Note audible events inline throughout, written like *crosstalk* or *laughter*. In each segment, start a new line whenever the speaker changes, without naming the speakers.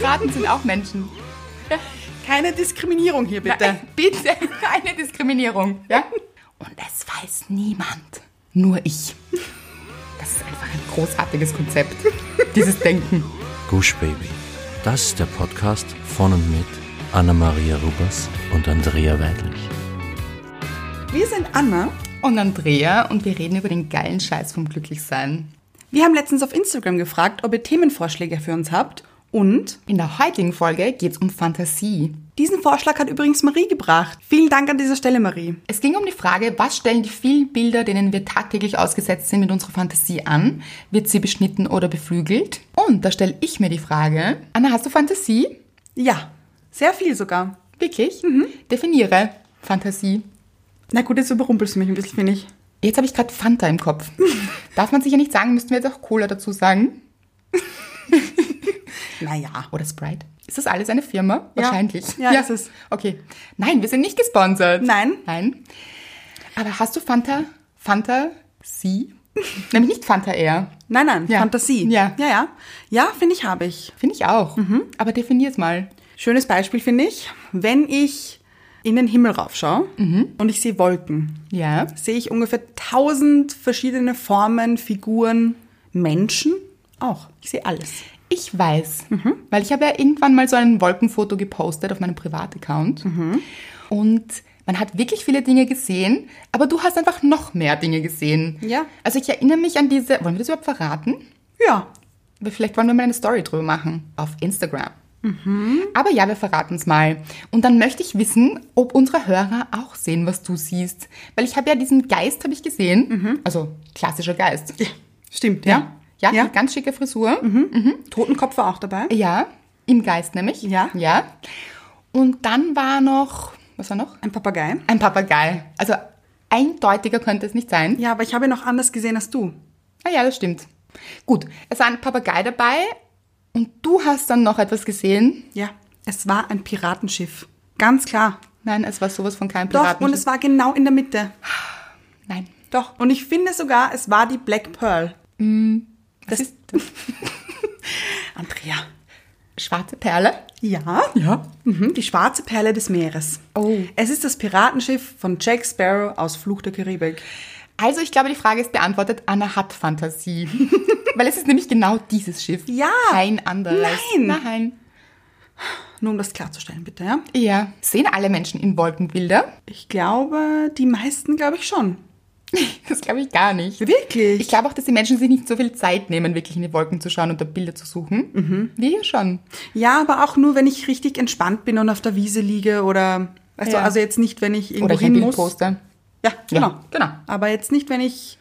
Piraten sind auch Menschen.
Keine Diskriminierung hier bitte.
Nein, bitte, keine Diskriminierung. Ja? Und es weiß niemand, nur ich. Das ist einfach ein großartiges Konzept, dieses Denken.
Gush Baby. Das ist der Podcast von und mit Anna-Maria Rubers und Andrea Weidlich.
Wir sind Anna.
Und Andrea und wir reden über den geilen Scheiß vom Glücklichsein.
Wir haben letztens auf Instagram gefragt, ob ihr Themenvorschläge für uns habt. Und
In der heutigen Folge geht es um Fantasie.
diesen Vorschlag hat übrigens Marie gebracht. Vielen Dank an dieser Stelle, Marie.
Es ging um die Frage, was stellen die vielen Bilder, denen wir tagtäglich ausgesetzt sind, mit unserer Fantasie an? Wird sie beschnitten oder beflügelt? Und da stelle ich mir die Frage, Anna, hast du Fantasie?
Ja, sehr viel sogar.
Wirklich?
Mhm.
Definiere Fantasie.
Na gut, jetzt überrumpelst du mich ein bisschen, finde ich.
Jetzt habe ich gerade Fanta im
*laughs*
Kopf. Darf man sicher nicht sagen, müssten wir jetzt auch Cola dazu sagen.
Naja.
Oder Sprite. Ist das alles eine Firma?
Ja.
Wahrscheinlich.
Ja, ist es.
Okay. Nein, wir sind nicht gesponsert.
Nein.
Nein. Aber hast du Fanta, Fanta,
*laughs*
sie? Nämlich nicht Fanta Air.
Nein, nein,
Ja.
Fantasie.
Ja.
Ja, ja. Ja, finde ich, habe ich.
Finde ich auch.
Mhm.
Aber definier's mal.
Schönes Beispiel finde ich, wenn ich in den Himmel raufschaue und ich sehe Wolken,
Ja.
sehe ich ungefähr tausend verschiedene Formen, Figuren, Menschen auch. Ich sehe alles.
Ich weiß,
Mhm.
weil ich habe ja irgendwann mal so ein Wolkenfoto gepostet auf meinem Privataccount.
Mhm.
Und man hat wirklich viele Dinge gesehen, aber du hast einfach noch mehr Dinge gesehen.
Ja.
Also ich erinnere mich an diese, wollen wir das überhaupt verraten?
Ja,
Aber Vielleicht wollen wir mal eine Story drüber machen auf Instagram.
Mhm.
Aber ja, wir verraten es mal. Und dann möchte ich wissen, ob unsere Hörer auch sehen, was du siehst. Weil ich habe ja diesen Geist, habe ich gesehen. Also klassischer Geist. Ja.
stimmt,
Ja,
Mhm. ja.
mit ganz schicke Frisur.
Totenkopf war auch dabei.
Ja, im Geist nämlich.
Ja.
Ja. Und dann war noch, was war noch?
Ein Papagei.
Ein Papagei. Also eindeutiger könnte es nicht sein.
Ja, aber ich habe ihn noch anders gesehen als du.
Ah ja, das stimmt. Gut, es war ein Papagei dabei und du hast dann noch etwas gesehen.
Ja, es war ein Piratenschiff. Ganz klar.
Nein, es war sowas von keinem
Doch,
Piraten.
und es war genau in der Mitte.
Nein.
Doch, und ich finde sogar, es war die Black Pearl.
Das ist
Mhm. *laughs* Andrea.
schwarze Perle.
Ja?
Ja.
Mhm, die schwarze Perle des Meeres.
Oh.
Es ist das Piratenschiff von Jack Sparrow aus Fluch der Karibik.
Also ich glaube, die Frage ist beantwortet. Anna hat Fantasie. *laughs* Weil es ist nämlich genau dieses Schiff.
Ja.
Kein anderes.
Nein.
Nein.
Nur um das klarzustellen, bitte, ja?
Ja. Sehen alle Menschen in Wolkenbilder?
Ich glaube, die meisten glaube ich schon.
*laughs* Das glaube ich gar nicht.
Wirklich?
Ich glaube auch, dass die Menschen sich nicht so viel Zeit nehmen, wirklich in die Wolken zu schauen und da Bilder zu suchen.
Mhm.
Wir hier schon.
Ja, aber auch nur, wenn ich richtig entspannt bin und auf der Wiese liege oder, weißt
Ja.
du, also jetzt nicht, wenn ich irgendwo
Oder ich ein
hin
Bild
muss.
poste.
Ja, genau.
Ja, genau.
Aber jetzt nicht, wenn ich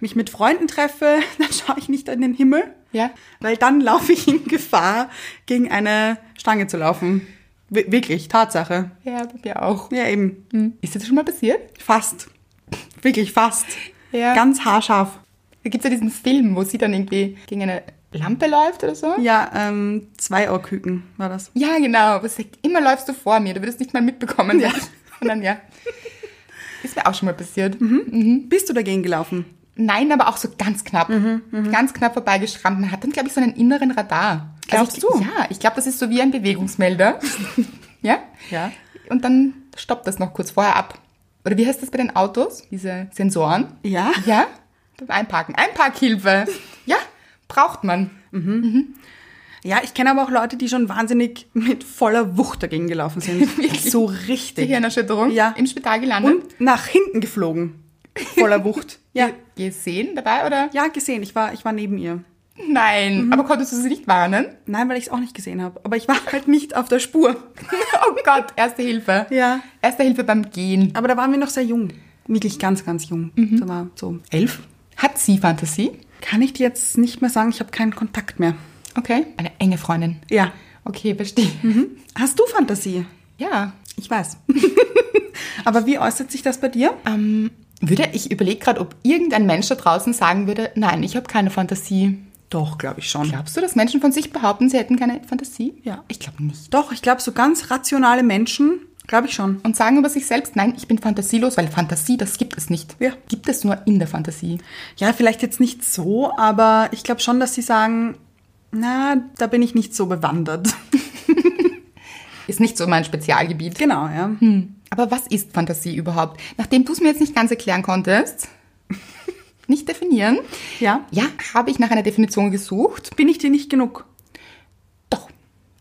mich mit Freunden treffe, *laughs* dann schaue ich nicht in den Himmel,
Ja.
weil dann laufe ich in Gefahr, gegen eine Stange zu laufen. Wir- wirklich, Tatsache.
Ja, bei mir auch.
Ja, eben.
Hm. Ist dir das schon mal passiert?
Fast. Wirklich fast.
Ja.
Ganz haarscharf.
Da gibt es ja diesen Film, wo sie dann irgendwie gegen eine Lampe läuft oder so.
Ja, ähm, zwei Ohrküken war das.
Ja, genau. Aber sie sagt, immer läufst du vor mir, du würdest nicht mal mitbekommen. Ja. Und dann,
*laughs*
ja. Ist mir auch schon mal passiert.
Bist du dagegen gelaufen?
Nein, aber auch so ganz knapp. Ganz knapp vorbeigeschrammt. Man hat dann, glaube ich, so einen inneren Radar.
Glaubst
mhm. also ich,
du?
Ja, ich glaube, das ist so wie ein *laughs* Bewegungsmelder. ja?
Ja.
Und dann stoppt das noch kurz vorher ab. Oder wie heißt das bei den Autos? Diese Sensoren?
Ja.
Ja? Beim Einparken. Einparkhilfe. ja, braucht man.
Ja, ich kenne aber auch Leute, die schon wahnsinnig mit voller Wucht dagegen gelaufen *laughs* sind. so
Die
richtig.
Hirnerschütterung.
Ja.
Im Spital gelandet.
Und nach hinten geflogen. Voller Wucht. *laughs* ja.
Gesehen dabei oder?
Ja, gesehen. Ich war, ich war neben ihr.
Nein. Aber konntest du sie nicht warnen? *laughs*
Nein, weil ich es auch nicht gesehen habe. Aber ich war halt nicht auf der Spur.
oh Gott, Erste Hilfe.
Ja.
Erste Hilfe beim Gehen.
Aber da waren wir noch sehr jung. Wirklich ganz, ganz jung. Da war so Mhm. elf.
Hat sie Fantasie?
Kann ich dir jetzt nicht mehr sagen, ich habe keinen Kontakt mehr.
Okay. Eine enge Freundin.
Ja.
Okay, verstehe.
Hast du Fantasie?
*laughs* Ja.
Ich *laughs* weiß. Aber wie äußert sich das bei dir?
Ähm, würde ich überlege gerade, ob irgendein Mensch da draußen sagen würde, nein, ich habe keine Fantasie.
Doch, glaube ich schon.
Glaubst du, dass Menschen von sich behaupten, sie hätten keine Fantasie?
Ja.
Ich glaube nicht.
Doch, ich glaube, so ganz rationale Menschen, glaube ich schon.
Und sagen über sich selbst, nein, ich bin fantasielos, weil Fantasie, das gibt es nicht.
Ja.
Gibt es nur in der Fantasie.
Ja, vielleicht jetzt nicht so, aber ich glaube schon, dass sie sagen, "Hm, Na, da bin ich nicht so bewandert. *laughs*
Ist nicht so mein Spezialgebiet.
genau, ja.
Hm. Aber was ist Fantasie überhaupt? Nachdem du es mir jetzt nicht ganz erklären *laughs* konntest, nicht definieren,
Ja.
ja, habe ich nach einer Definition gesucht.
Bin ich dir nicht genug?
Doch.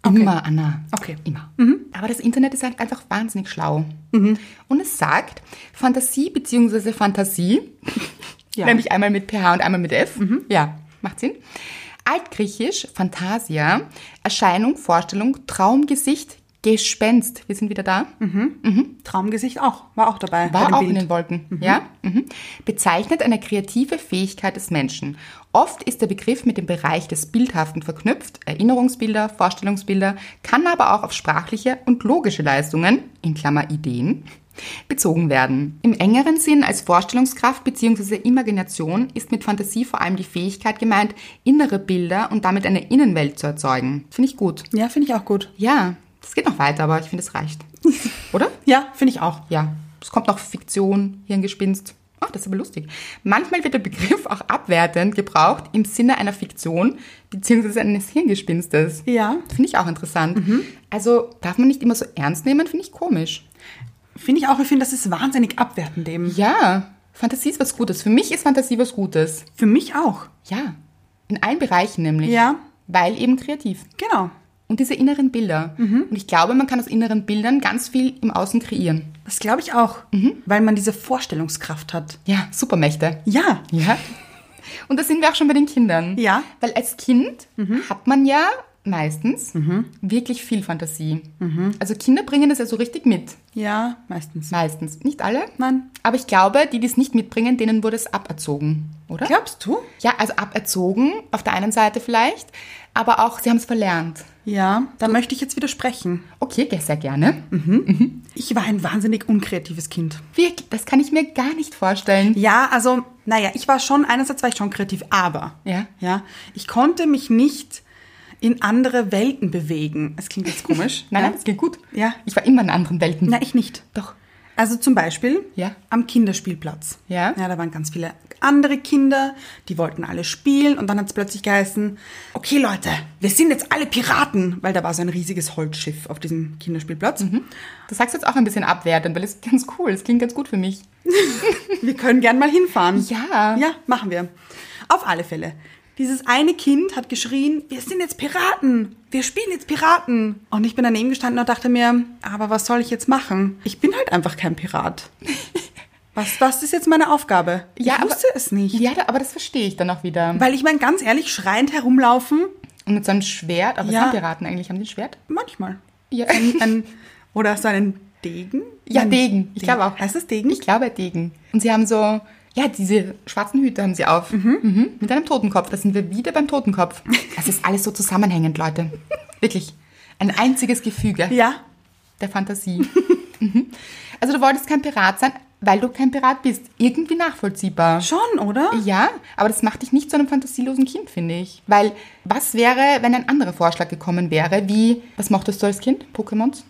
Immer, Anna.
Okay.
Immer. Mhm. Aber das Internet ist halt einfach wahnsinnig schlau. Und es sagt, Fantasie bzw. *laughs* Fantasie,
Ja.
nämlich einmal mit PH und einmal mit F. Ja, macht Sinn. Altgriechisch, Fantasia, Erscheinung, Vorstellung, Traumgesicht, Gespenst. Wir sind wieder da.
Traumgesicht auch. War auch dabei. bei
War
dem
auch
Bild.
in den Wolken, ja? Mhm. Bezeichnet eine kreative Fähigkeit des Menschen. Oft ist der Begriff mit dem Bereich des Bildhaften verknüpft, Erinnerungsbilder, Vorstellungsbilder, kann aber auch auf sprachliche und logische Leistungen, in Klammer Ideen, bezogen werden. Im engeren Sinn als Vorstellungskraft bzw. Imagination ist mit Fantasie vor allem die Fähigkeit gemeint, innere Bilder und damit eine Innenwelt zu erzeugen. Finde ich gut.
ja, finde ich auch gut.
Ja, das geht noch weiter, aber ich finde, es reicht. Oder?
Ja, finde ich auch.
ja, es kommt noch Fiktion, Hirngespinst. Ach, das ist aber lustig. Manchmal wird der Begriff auch abwertend gebraucht im Sinne einer Fiktion beziehungsweise eines Hirngespinstes.
Ja. Mhm.
Finde ich auch interessant. Also darf man nicht immer so ernst nehmen, finde ich komisch.
Finde ich auch. Ich finde, das ist wahnsinnig abwertend eben.
Ja, Fantasie ist was Gutes. Für mich ist Fantasie was Gutes.
Für mich auch.
Ja, in allen Bereichen nämlich.
Ja.
Weil eben kreativ.
Genau.
Und diese inneren Bilder.
Mhm.
Und ich glaube, man kann aus inneren Bildern ganz viel im Außen kreieren.
Das glaube ich auch.
Mhm.
Weil man diese Vorstellungskraft hat.
Ja, Supermächte.
Ja.
Ja. Und da sind wir auch schon bei den Kindern.
Ja. Mhm.
Weil als Kind hat man ja meistens wirklich viel Fantasie.
Mhm.
Also Kinder bringen das ja so richtig mit.
Ja, meistens.
Meistens. Nicht alle.
Nein.
Aber ich glaube, die, die es nicht mitbringen, denen wurde es aberzogen, oder?
Glaubst du?
Ja, also aberzogen, auf der einen Seite vielleicht, aber auch, sie haben es verlernt.
Ja, da möchte ich jetzt widersprechen.
Okay, ja, sehr gerne.
Mhm. Ich war ein wahnsinnig unkreatives Kind.
Wirklich, das kann ich mir gar nicht vorstellen.
Ja, also, naja, ich war schon, einerseits war ich schon kreativ, aber,
Ja.
ja, ich konnte mich nicht in andere Welten bewegen. Es klingt jetzt komisch.
*laughs* Nein,
ja?
nein, das geht gut.
Ja.
Ich war immer in anderen Welten.
Na, ich nicht.
Doch.
Also zum Beispiel
Ja.
am Kinderspielplatz.
Ja.
Ja, da waren ganz viele andere Kinder, die wollten alle spielen und dann hat es plötzlich geheißen, okay Leute, wir sind jetzt alle Piraten, weil da war so ein riesiges Holzschiff auf diesem Kinderspielplatz.
Mhm. Das sagst du jetzt auch ein bisschen abwertend, weil es ist ganz cool. Es klingt ganz gut für mich.
Wir können gern mal hinfahren.
Ja.
Ja, machen wir. Auf alle Fälle. Dieses eine Kind hat geschrien, wir sind jetzt Piraten, wir spielen jetzt Piraten. Und ich bin daneben gestanden und dachte mir, aber was soll ich jetzt machen? Ich bin halt einfach
*laughs*
kein Pirat. Was, was ist jetzt meine Aufgabe? ich wusste
aber,
es nicht.
Ja, da- aber das verstehe ich dann auch wieder.
Weil ich meine, ganz ehrlich, schreiend herumlaufen,
Und mit so einem Schwert, aber was
Ja.
haben Piraten eigentlich? Haben die ein Schwert?
manchmal.
Ja. *laughs*
*laughs* Ein, ein, oder so einen Degen?
Ja,
Nein,
Degen. Ich glaube auch.
Heißt es Degen?
Ich glaube Degen. Und sie haben so, ja, diese schwarzen Hüte haben sie auf. Mhm. Mit einem Totenkopf. Da sind wir wieder beim
*laughs*
Totenkopf. Das ist alles so zusammenhängend, Leute. Wirklich. Ein einziges Gefüge
ja.
der Fantasie. mhm. Also du wolltest kein Pirat sein, weil du kein Pirat bist. Irgendwie nachvollziehbar.
Schon, oder?
Ja, aber das macht dich nicht zu einem fantasielosen Kind, finde ich. Weil was wäre, wenn ein anderer Vorschlag gekommen wäre, wie, was mochtest du als Kind? Pokémons?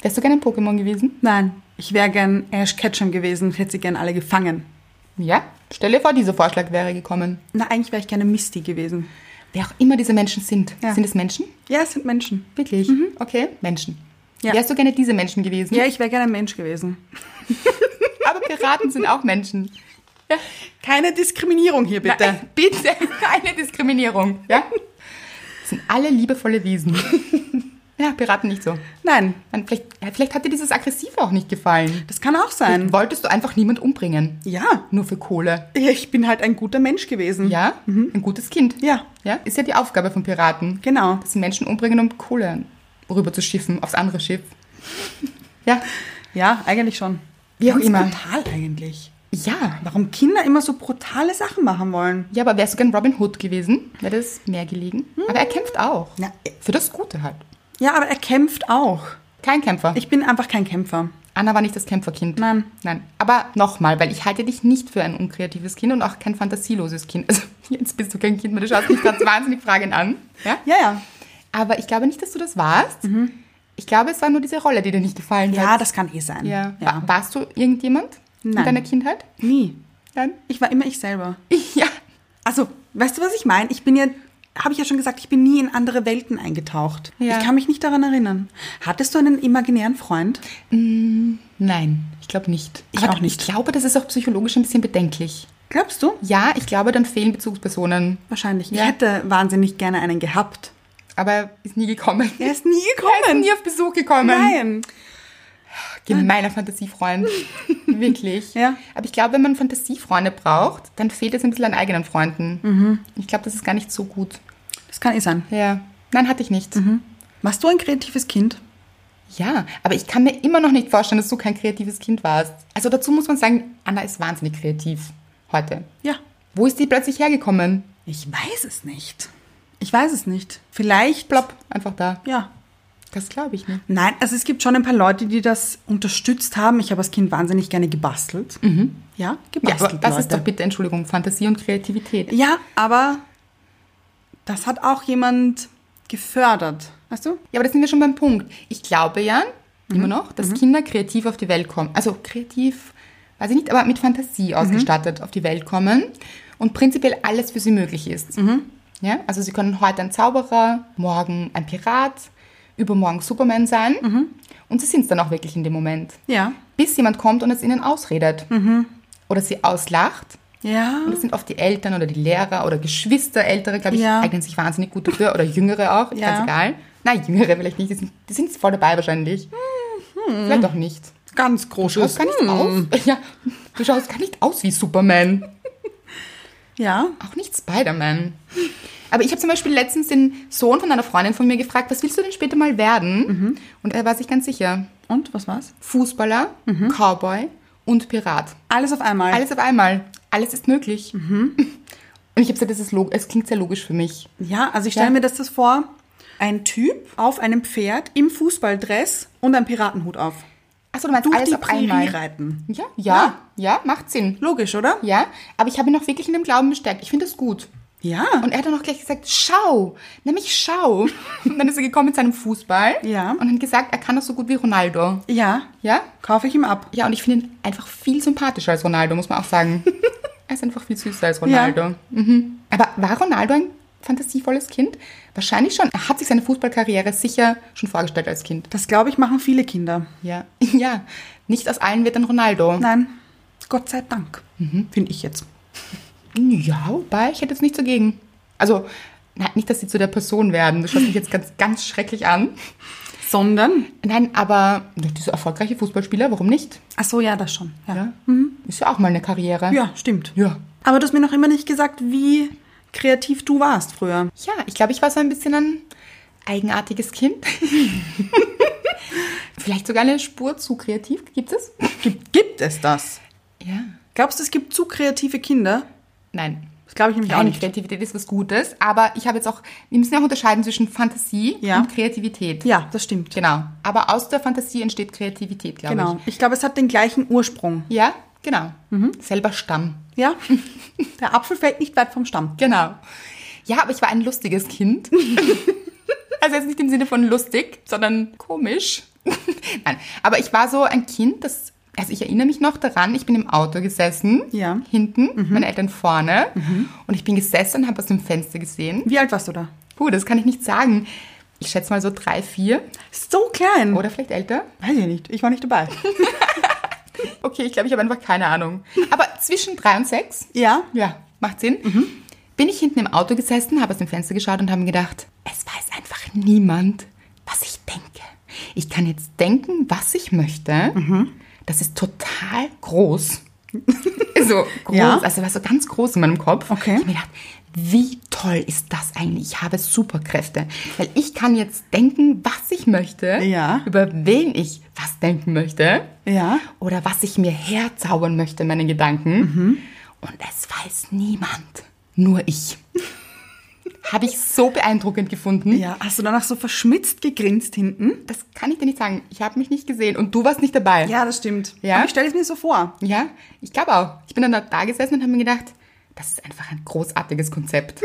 Wärst du gerne ein Pokémon gewesen?
Nein, ich wäre gern Ash Ketchum gewesen und hätte sie gern alle gefangen.
Ja, stell dir vor, dieser Vorschlag wäre gekommen.
Na, eigentlich wäre ich gerne Misty gewesen.
Wer auch immer diese Menschen sind.
Ja.
Sind es Menschen?
Ja, es sind Menschen.
Wirklich? Okay. Menschen.
Ja.
Wärst du gerne diese Menschen gewesen?
Ja, ich wäre gerne ein Mensch gewesen.
Aber Piraten sind auch Menschen.
Keine Diskriminierung hier, *laughs* bitte.
Nein, bitte, keine Diskriminierung. Ja? Sind alle liebevolle
*laughs*
Wesen. ja, Piraten nicht so.
Nein,
Dann Vielleicht, ja, vielleicht hat dir dieses Aggressive auch nicht gefallen.
das kann auch sein.
Wolltest du einfach niemand umbringen?
Ja,
Nur für Kohle.
ich bin halt ein guter Mensch gewesen.
Ja? Ein gutes Kind.
Mhm. Ja.
Ja? Ist ja die Aufgabe von Piraten.
Genau.
Dass sie Menschen umbringen, um Kohle rüber zu schiffen, aufs andere Schiff. *laughs* ja.
Ja, eigentlich schon.
Wie auch
Ganz
immer.
brutal eigentlich.
Ja.
Warum Kinder immer so brutale Sachen machen wollen?
Ja, aber wärst du gern Robin Hood gewesen? Wäre das mehr gelegen? Aber er kämpft auch.
Hm. Na, äh-
Für das Gute halt.
Ja, aber er kämpft auch.
Kein Kämpfer.
Ich bin einfach kein Kämpfer.
Anna war nicht das Kämpferkind.
Nein.
Nein. Aber nochmal, weil ich halte dich nicht für ein unkreatives Kind und auch kein fantasieloses Kind. *laughs* Also jetzt bist du kein Kind mehr, du schaust mich ganz wahnsinnig fragend an. Ja?
Ja, ja.
Aber ich glaube nicht, dass du das warst. Ich glaube, es war nur diese Rolle, die dir nicht gefallen
Mhm. Ja,
hat.
das kann eh sein.
Ja. Wa-
ja.
Warst du irgendjemand in
Nein.
deiner Kindheit?
Nie.
Nein. *laughs*
Ich war immer ich selber.
Ja.
Also, weißt du, was ich meine? Ich bin ja habe ich ja schon gesagt, ich bin nie in andere Welten eingetaucht.
Ja.
Ich kann mich nicht daran erinnern. Hattest du einen imaginären Freund?
Nein, ich glaube nicht.
Ich auch nicht.
Ich glaube, das ist auch psychologisch ein bisschen bedenklich.
Glaubst du?
Ja, ich glaube, dann fehlen Bezugspersonen.
Wahrscheinlich.
Ja.
Ich hätte wahnsinnig gerne einen gehabt.
Aber ist nie gekommen. *laughs*
Er ist nie
Er ist
gekommen.
nie auf Besuch gekommen.
Nein.
Gemeiner
*laughs*
Fantasiefreund. Wirklich.
Ja.
Aber ich glaube, wenn man Fantasiefreunde braucht, dann fehlt es ein bisschen an eigenen Freunden.
Mhm.
Ich glaube, das ist gar nicht so gut.
Das kann ich sein.
Ja. Nein, hatte ich nicht.
Warst du ein kreatives Kind?
Ja, aber ich kann mir immer noch nicht vorstellen, dass du kein kreatives Kind warst. Also dazu muss man sagen, Anna ist wahnsinnig kreativ heute.
Ja.
Wo ist die plötzlich hergekommen?
Ich weiß es nicht. Ich weiß es nicht. Vielleicht.
Plopp, einfach da.
Ja.
Das glaube ich nicht.
Nein, also es gibt schon ein paar Leute, die das unterstützt haben. Ich habe als Kind wahnsinnig gerne gebastelt. Mhm. Ja,
Ja,
gebastelt.
aber das ist doch
Leute.
bitte, Entschuldigung, Fantasie und Kreativität.
ja, aber das hat auch jemand gefördert. Weißt du?
Ja, aber da sind wir schon beim Punkt. Ich glaube ja immer noch, dass Kinder kreativ auf die Welt kommen. Also kreativ, weiß ich nicht, aber mit Fantasie ausgestattet auf die Welt kommen und prinzipiell alles für sie möglich ist. Ja, also sie können heute ein Zauberer, morgen ein Pirat, übermorgen Superman sein und sie sind es dann auch wirklich in dem Moment.
Ja.
Bis jemand kommt und es ihnen ausredet oder sie auslacht
Ja.
und das sind oft die Eltern oder die Lehrer oder Geschwister, Ältere, glaube ich,
Ja.
eignen sich wahnsinnig gut dafür. Oder Jüngere auch, ist
Ja.
ganz egal. Nein, Jüngere vielleicht nicht, die sind, die sind voll dabei wahrscheinlich.
Mhm.
Vielleicht auch nicht.
Ganz
Du schaust
großes.
gar nicht aus. *laughs* Ja, du schaust gar nicht aus wie Superman.
Ja.
Auch nicht Spider-Man. Aber ich habe zum Beispiel letztens den Sohn von einer Freundin von mir gefragt, was willst du denn später mal werden?
Mhm.
Und er war sich ganz sicher.
Und was war's?
Fußballer,
Mhm.
Cowboy und Pirat.
Alles auf einmal.
Alles auf einmal. Alles ist möglich.
Mhm.
Und ich habe gesagt, das ist log- es klingt sehr logisch für mich.
Ja, also ich stelle
Ja.
mir das das vor. Ein Typ auf einem Pferd im Fußballdress und einem Piratenhut auf.
Achso, du meinst
Durch
alles
die
auf einmal.
Prärie reiten.
Ja, ja, ja, macht Sinn.
Logisch, oder?
Ja, aber ich habe ihn auch wirklich in dem Glauben bestärkt. Ich finde das gut.
Ja.
Und er hat dann auch gleich gesagt, schau, nämlich schau. *laughs* Und dann ist er gekommen mit seinem Fußball.
Ja.
Und hat gesagt, er kann das so gut wie Ronaldo.
ja.
Ja?
Kaufe ich ihm ab.
Ja, und ich finde ihn einfach viel sympathischer als Ronaldo, muss man auch
*laughs*
sagen. er ist einfach viel süßer als Ronaldo. Mhm. Aber war Ronaldo ein fantasievolles Kind? Wahrscheinlich schon. Er hat sich seine Fußballkarriere sicher schon vorgestellt als Kind.
Das glaube ich machen viele Kinder.
Ja. *laughs* Ja. Nicht aus allen wird ein Ronaldo.
Nein. Gott sei Dank. Finde ich jetzt.
Ja, wobei, ich hätte jetzt nichts dagegen. Also, nein, nicht, dass sie zu der Person werden. Das schaut mich jetzt ganz, ganz schrecklich an.
Sondern.
Nein, aber doch diese erfolgreiche Fußballspieler, warum nicht?
Ach so, ja, das schon. Ja.
Ja. Ist ja auch mal eine Karriere.
Mhm. Ja, stimmt.
Ja.
Aber du hast mir noch immer nicht gesagt, wie kreativ du warst früher.
Ja, ich glaube, ich war so ein bisschen ein eigenartiges
*laughs*
Kind. Vielleicht sogar eine Spur zu kreativ. Gibt es?
Gibt, gibt es das?
Ja.
Glaubst du, es gibt zu kreative Kinder?
Nein.
Das glaube ich nämlich auch
Nein,
nicht.
Kreativität ist was Gutes, aber ich habe jetzt auch, wir müssen ja auch unterscheiden zwischen Fantasie
Ja.
und Kreativität.
Ja, das stimmt.
Genau. Aber aus der Fantasie entsteht Kreativität, glaube
Genau. Ich glaube, es hat den gleichen Ursprung.
ich. Ja, genau. Selber Stamm.
Ja? *laughs* Der Apfel fällt nicht weit vom Stamm.
Genau. Ja, aber ich war ein lustiges Kind. *laughs* also jetzt nicht im Sinne von lustig, sondern komisch. *laughs* Nein, aber ich war so ein Kind, das, also ich erinnere mich noch daran, ich bin im Auto gesessen,
Ja.
hinten, meine Eltern vorne, und ich bin gesessen, habe aus dem Fenster gesehen.
Wie alt warst du da?
Puh, das kann ich nicht sagen. Ich schätze mal so drei, vier
So klein.
oder vielleicht älter.
Weiß ich nicht. Ich war nicht dabei.
Okay, ich glaube, ich habe einfach keine Ahnung. Aber zwischen drei und sechs
*laughs* ja?
Ja, macht Sinn.
Mhm.
Bin ich hinten im Auto gesessen, habe aus dem Fenster geschaut und habe mir gedacht, es weiß einfach niemand, was ich denke. Ich kann jetzt denken, was ich möchte.
Mhm.
Das ist total
*laughs*
groß. so groß,
Ja.
also war so ganz groß in meinem Kopf.
Okay.
Ich habe mir gedacht, wie toll ist das eigentlich? Ich habe Superkräfte, weil ich kann jetzt denken, was ich möchte,
Ja.
über wen ich was denken möchte
Ja.
oder was ich mir herzaubern möchte, meine Gedanken.
Mhm.
Und es weiß niemand, nur
*laughs*
ich. Habe ich so beeindruckend gefunden.
Ja. Hast du danach so verschmitzt gegrinst hinten?
Das kann ich dir nicht sagen. Ich habe mich nicht gesehen und du warst nicht dabei.
Ja, das stimmt.
Ja?
Aber ich stelle es mir so vor.
ja ich glaube auch. Ich bin dann da- da gesessen und habe mir gedacht, das ist einfach ein großartiges
*laughs*
Konzept,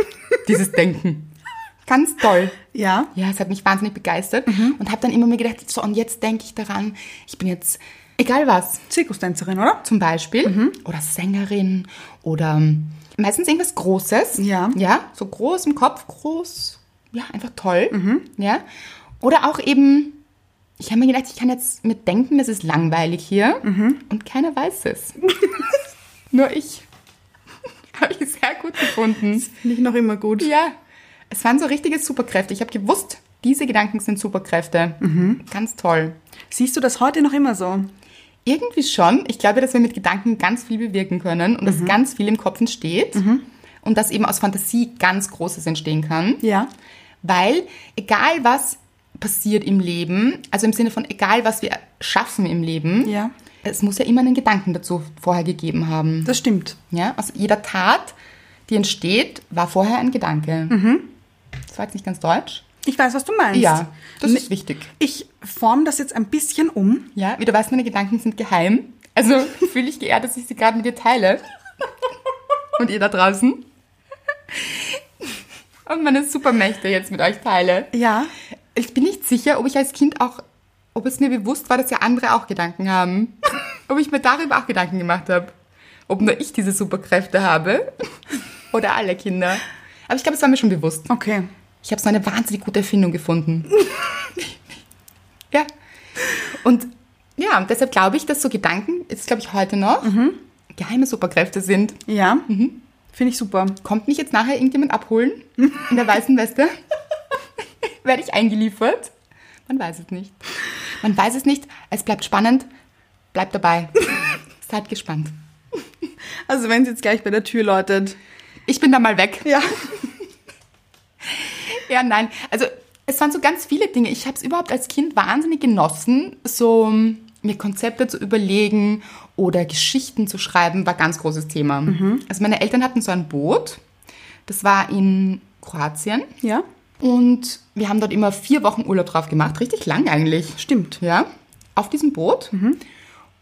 dieses Denken. Ganz toll.
Ja.
Ja, es hat mich wahnsinnig begeistert
Mhm.
und habe dann immer mir gedacht, so und jetzt denke ich daran, ich bin jetzt, egal was,
Zirkustänzerin, oder?
zum Beispiel oder Sängerin oder ähm, Meistens irgendwas Großes.
Ja.
Ja, so groß im Kopf, groß. Ja, einfach toll. Ja. Oder auch eben, ich habe mir gedacht, ich kann jetzt mit denken, das ist langweilig hier. Und keiner weiß es. *laughs* Nur ich. *laughs* habe ich sehr gut gefunden.
Finde ich noch immer gut.
Ja. Es waren so richtige Superkräfte. Ich habe gewusst, diese Gedanken sind Superkräfte. Ganz toll.
Siehst du das heute noch immer so?
Irgendwie schon. Ich glaube, dass wir mit Gedanken ganz viel bewirken können und
Mhm.
dass ganz viel im Kopf entsteht und dass eben aus Fantasie ganz Großes entstehen kann.
Ja.
Weil egal was passiert im Leben, also im Sinne von egal was wir schaffen im Leben,
Ja.
es muss ja immer einen Gedanken dazu vorher gegeben haben.
Das stimmt.
Ja? Also jeder Tat, die entsteht, war vorher ein Gedanke.
Mhm.
Das war jetzt nicht ganz deutsch.
Ich weiß, was du meinst.
Ja, das
Ne-
ist wichtig.
Ich form das jetzt ein bisschen um.
Ja, wie du weißt, meine Gedanken sind geheim. Also *laughs* fühle ich geehrt, dass ich sie gerade mit dir teile. Und ihr da draußen. Und meine Supermächte jetzt mit euch teile.
Ja.
Ich bin nicht sicher, ob ich als Kind auch, ob es mir bewusst war, dass ja andere auch Gedanken haben. *laughs* Ob ich mir darüber auch Gedanken gemacht habe. Ob nur ich diese Superkräfte habe. *laughs* Oder alle Kinder. Aber ich glaube, es war mir schon bewusst.
Okay.
Ich habe so eine wahnsinnig gute Erfindung gefunden. ja. Und ja, und deshalb glaube ich, dass so Gedanken, jetzt glaube ich heute noch, geheime Superkräfte sind.
Ja.
Mhm.
Finde ich super.
Kommt mich jetzt nachher irgendjemand abholen in der weißen Weste? *laughs* Werde ich eingeliefert? Man weiß es nicht. Man weiß es nicht. Es bleibt spannend. Bleibt dabei. Seid gespannt.
Also wenn es jetzt gleich bei der Tür läutet.
Ich bin da mal weg.
Ja.
Ja, nein. Also es waren so ganz viele Dinge. Ich habe es überhaupt als Kind wahnsinnig genossen, so ähm, mir Konzepte zu überlegen oder Geschichten zu schreiben, war ganz großes Thema. Also meine Eltern hatten so ein Boot. Das war in Kroatien.
Ja.
Und wir haben dort immer vier Wochen Urlaub drauf gemacht. Richtig lang eigentlich.
Stimmt.
Ja, auf diesem Boot.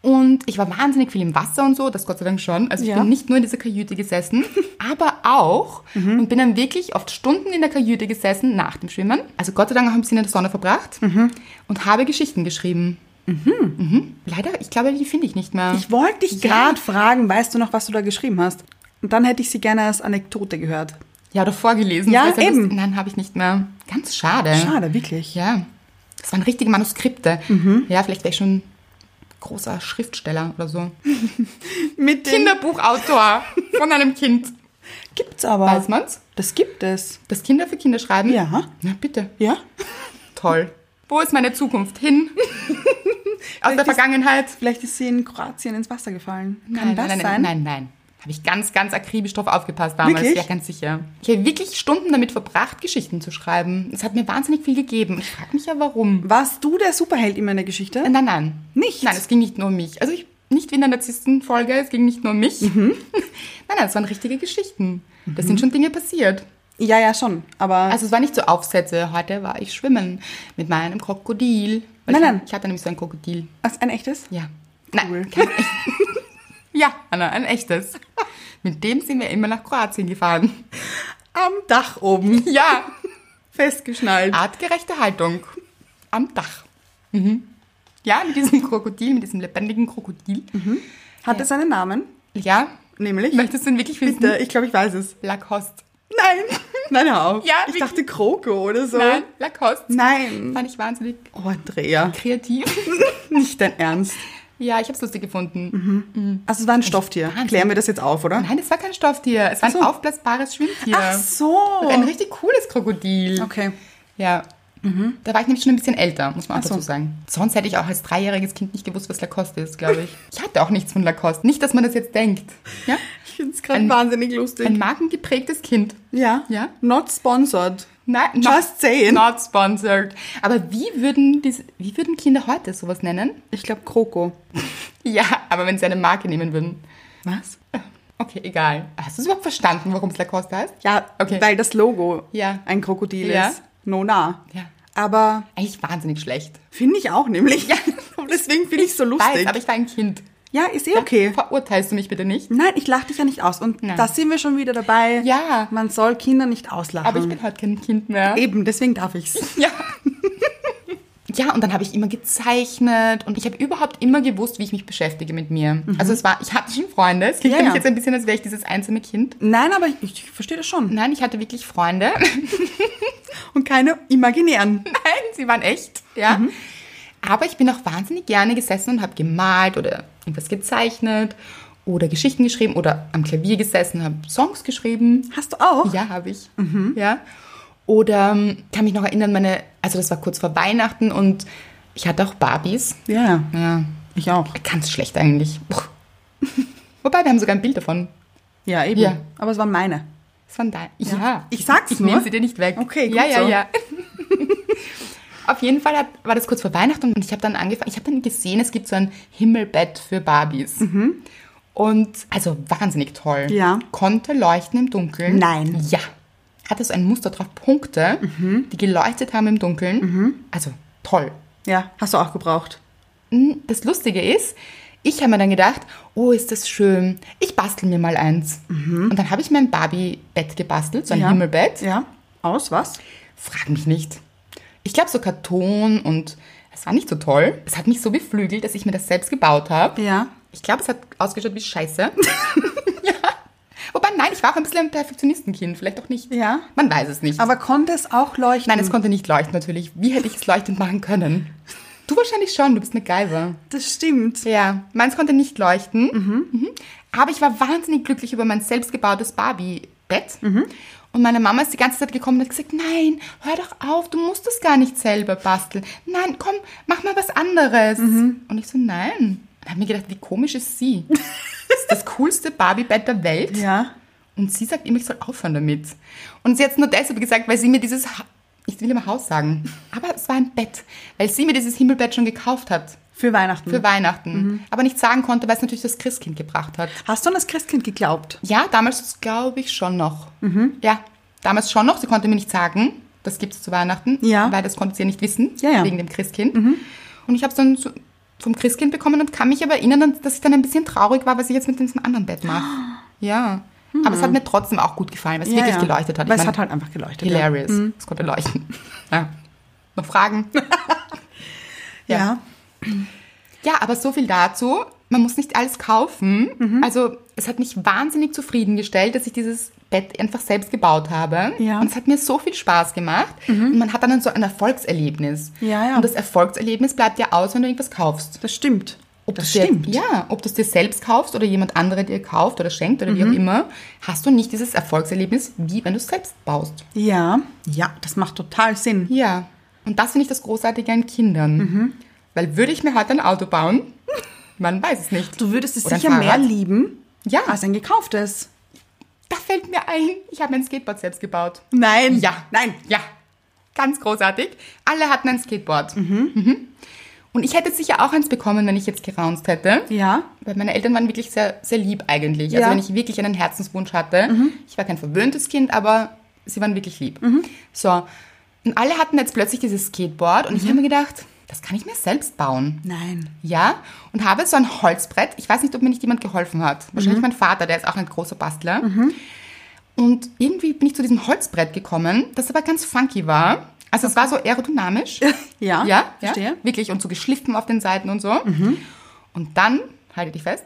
Und ich war wahnsinnig viel im Wasser und so, das Gott sei Dank schon. Also ich
Ja.
bin nicht nur in dieser Kajüte gesessen, *laughs* aber auch und bin dann wirklich oft Stunden in der Kajüte gesessen nach dem Schwimmen. Also Gott sei Dank auch ein bisschen in der Sonne verbracht und habe Geschichten geschrieben. Mhm. Leider, ich glaube, die finde ich nicht mehr.
Ich wollte dich
Ja.
gerade fragen, weißt du noch, was du da geschrieben hast? Und dann hätte ich sie gerne als Anekdote gehört.
ja, oder vorgelesen.
Ja,
Das ist
eben.
lustig. Nein, habe ich nicht mehr. Ganz schade.
Schade, wirklich.
Ja, das waren richtige Manuskripte.
Mhm.
Ja, vielleicht wäre ich schon großer Schriftsteller oder so.
Mit den
Kinderbuchautor von einem Kind.
gibt's aber.
Weiß man's?
Das gibt es.
Dass Kinder für Kinder schreiben?
Ja.
Na bitte.
Ja?
Toll. Wo ist meine Zukunft
*laughs*
hin? Aus der
ist-
Vergangenheit?
Vielleicht ist sie in Kroatien ins Wasser gefallen. Kann
nein,
das
nein, Nein,
sein?
nein, nein. Habe ich ganz, ganz akribisch drauf aufgepasst damals.
Wirklich?
Ja, ganz sicher. Ich habe wirklich Stunden damit verbracht, Geschichten zu schreiben. Es hat mir wahnsinnig viel gegeben. Ich frage mich ja, warum.
Warst du der Superheld in meiner Geschichte?
Nein, nein.
Nicht?
Nein, es ging nicht nur um mich. Also ich, nicht wie in der Narzisstenfolge, es ging nicht nur um mich.
Mhm.
nein, *laughs* nein, es waren richtige Geschichten. Da sind schon Dinge passiert.
Ja, ja, schon. Aber
Also es war nicht so Aufsätze, heute war ich schwimmen mit meinem Krokodil. Weil
Nein,
ich,
nein.
Ich hatte nämlich so ein Krokodil.
also ein echtes?
Ja.
Cool.
Nein, kein *laughs* echt. Ja, Anna, ein echtes. Mit dem sind wir immer nach Kroatien gefahren.
Am Dach oben.
Ja,
*laughs* Festgeschnallt.
Ah, artgerechte Haltung am Dach. Mhm. Ja, mit diesem Krokodil, mit diesem lebendigen Krokodil.
Mhm. Hat es einen Namen?
Ja,
Nämlich?
möchtest du ihn wirklich wissen?
Bitte, ich glaube, ich weiß es.
Lacoste.
Nein. *laughs* Nein, hör auf.
Ja,
ich
wie-
dachte Kroko oder so.
Nein, Lacoste.
Nein.
Fand ich wahnsinnig *laughs*
Oh, Andrea. *laughs*
kreativ.
Nicht dein Ernst.
Ja, ich habe es lustig gefunden.
Also es war ein Stofftier.
Wahnsinn.
Klären wir das jetzt auf, oder?
Nein, es war kein Stofftier. Es war ein
so.
aufblasbares Schwimmtier.
Ach so.
Ein richtig cooles Krokodil.
Oh. Okay. Mhm.
Ja. Da war ich nämlich schon ein bisschen älter, muss man auch
Ach so.
dazu sagen. Sonst hätte ich auch als dreijähriges Kind nicht gewusst, was Lacoste ist, glaube ich. Ich hatte auch nichts von Lacoste. Nicht, dass man das jetzt denkt. Ja?
Ich finde es gerade
Ein-
wahnsinnig lustig.
Ein markengeprägtes Kind.
ja.
Ja.
Not sponsored.
Nein, not,
Just saying.
Not sponsored. Aber wie würden, diese, wie würden Kinder heute sowas nennen?
Ich glaube Kroko.
Ja, aber wenn sie eine Marke nehmen würden.
Was?
Okay, egal. Hast du es überhaupt verstanden, warum es Lacoste heißt?
Ja,
Okay.
weil das Logo
Ja.
ein Krokodil
Ja.
ist. No nah.
Ja.
Aber
Eigentlich wahnsinnig schlecht.
finde ich auch nämlich.
Ja.
Und *laughs* Deswegen finde ich so lustig.
Weiß, aber ich war ein Kind.
ja, ist eh okay. Mhm.
Verurteilst du mich bitte nicht?
Nein, ich lache dich ja nicht aus. Und
Nein.
da sind wir schon wieder dabei.
Ja.
Man soll Kinder nicht auslachen.
Aber ich bin heute kein Kind mehr.
Eben, deswegen darf ich's.
Ja. Ja, und dann habe ich immer gezeichnet und ich habe überhaupt immer gewusst, wie ich mich beschäftige mit mir. Also es war, ich hatte schon Freunde. Es klingt
Mhm. Ja,
für mich
ja.
jetzt ein bisschen, als wäre ich dieses einsame Kind.
*laughs* Nein, aber ich, ich verstehe das schon.
Nein, ich hatte wirklich Freunde. *laughs*
Und keine imaginären.
Nein, sie waren echt, ja.
Mhm.
Aber ich bin auch wahnsinnig gerne gesessen und habe gemalt oder irgendwas gezeichnet oder Geschichten geschrieben oder am Klavier gesessen, habe Songs geschrieben.
Hast du auch?
Ja, habe ich.
Mhm.
Ja. Oder ähm, kann mich noch erinnern, meine, also das war kurz vor Weihnachten und ich hatte auch Barbies.
Ja, ja.
Ja,
Ich auch.
ganz schlecht eigentlich. Puh. *laughs* Wobei, wir haben sogar ein Bild davon.
Ja, eben.
Ja.
Aber es waren meine.
Das waren da. Ja.
Ich sag's
Ich
nur.
nehme sie dir nicht weg.
Okay, gut
Ja, ja,
so.
ja. *laughs* Auf jeden Fall hat, war das kurz vor Weihnachten und ich habe dann angefangen, ich habe dann gesehen, es gibt so ein Himmelbett für Barbies. Und also wahnsinnig toll.
Mhm. Ja.
Konnte leuchten im Dunkeln.
Nein. Mhm.
Ja. Hatte so ein Muster drauf, Punkte, die geleuchtet haben im Dunkeln. Also toll.
Ja, hast du auch gebraucht.
Hm, Das Lustige ist, ich habe mir dann gedacht, oh, ist das schön. Ich bastel mir mal eins. Und dann habe ich mir ein Barbie-Bett gebastelt, so ein
Mhm. ja.
Himmelbett.
Ja. Aus was?
Frag mich nicht. Ich glaube, so Karton und es war nicht so toll. Es hat mich so beflügelt, dass ich mir das selbst gebaut habe.
Ja.
Ich glaube, es hat ausgeschaut wie Scheiße. *laughs* ja. Wobei, nein, ich war auch ein bisschen ein Perfektionistenkind. Vielleicht auch nicht.
Ja.
Man weiß es nicht.
Aber konnte es auch leuchten?
nein, es konnte nicht leuchten, natürlich. Wie hätte ich es leuchtend machen können? Du wahrscheinlich schon, du bist eine Geiser.
Das stimmt.
Ja, meins konnte nicht leuchten. Mhm. Aber ich war wahnsinnig glücklich über mein selbstgebautes Barbie-Bett. Und meine Mama ist die ganze Zeit gekommen und hat gesagt, nein, hör doch auf, du musst das gar nicht selber basteln. Nein, komm, mach mal was anderes. Und ich so, nein. Und habe mir gedacht, wie komisch ist sie? *laughs* das ist das coolste Barbie-Bett der Welt.
Ja.
Und sie sagt immer, ich soll aufhören damit. Und sie hat es nur deshalb gesagt, weil sie mir dieses, Ha- ich will immer Haus sagen, aber es war ein Bett, weil sie mir dieses Himmelbett schon gekauft hat
Für Weihnachten.
für Weihnachten.
Mhm.
Aber nicht sagen konnte, weil es natürlich das Christkind gebracht hat.
Hast du an das Christkind geglaubt?
Ja, damals glaube ich schon noch.
Mhm.
Ja, damals schon noch. Sie konnte mir nicht sagen, das gibt es zu Weihnachten,
Ja.
weil das konnte sie ja nicht wissen,
Ja, Mhm. ja.
wegen dem Christkind. Und ich habe es dann so vom Christkind bekommen und kann mich aber erinnern, dass ich dann ein bisschen traurig war, was ich jetzt mit diesem anderen Bett mache. Ja. Aber es hat mir trotzdem auch gut gefallen, weil es wirklich geleuchtet hat. Ich
Hm. Weil es
meine,
hat halt Hm. einfach geleuchtet.
hilarious. Es konnte leuchten. *laughs* Ja. Noch Fragen?
Ja.
Ja.
ja.
Ja, aber so viel dazu. Man muss nicht alles kaufen.
Mhm.
Also es hat mich wahnsinnig zufriedengestellt, dass ich dieses Bett einfach selbst gebaut habe.
Ja. Mhm.
Und es hat mir so viel Spaß gemacht. Und man hat dann so ein Erfolgserlebnis.
Ja, ja.
Und das Erfolgserlebnis bleibt ja aus, wenn du irgendwas kaufst.
Das stimmt.
Ob
das
du es dir-
stimmt.
Ja, ob du es dir selbst kaufst oder jemand anderer dir kauft oder schenkt
Mhm.
oder wie auch immer, hast du nicht dieses Erfolgserlebnis, wie wenn du es selbst baust.
Ja. Ja, das macht total Sinn.
Ja, und das finde ich das Großartige an Kindern.
Mhm.
Weil würde ich mir heute ein Auto bauen, man weiß es nicht.
Du würdest es
Oder ein
sicher mehr
Fahrrad.
lieben
Ja,
als ein gekauftes.
da fällt mir ein, ich habe mein Skateboard selbst gebaut.
Nein.
Ja.
Nein.
Ja, ganz großartig. Alle hatten ein Skateboard. Mhm. Und ich hätte sicher auch eins bekommen, wenn ich jetzt geraunzt hätte.
Ja.
Weil meine Eltern waren wirklich sehr, sehr lieb eigentlich.
Ja. Mhm.
Also wenn ich wirklich einen Herzenswunsch hatte. Ich war kein verwöhntes Kind, aber sie waren wirklich lieb. So, und alle hatten jetzt plötzlich dieses Skateboard
Mhm.
und ich habe mir gedacht, das kann ich mir selbst bauen.
Nein.
Ja, und habe so ein Holzbrett. Ich weiß nicht, ob mir nicht jemand geholfen hat. Wahrscheinlich
Mhm.
mein Vater, der ist auch ein großer Bastler. Und irgendwie bin ich zu diesem Holzbrett gekommen, das aber ganz funky war. Also es war so aerodynamisch.
*laughs* Ja,
ja,
verstehe. Mhm.
Wirklich und so geschliffen auf den Seiten und so. Und dann, halte dich fest,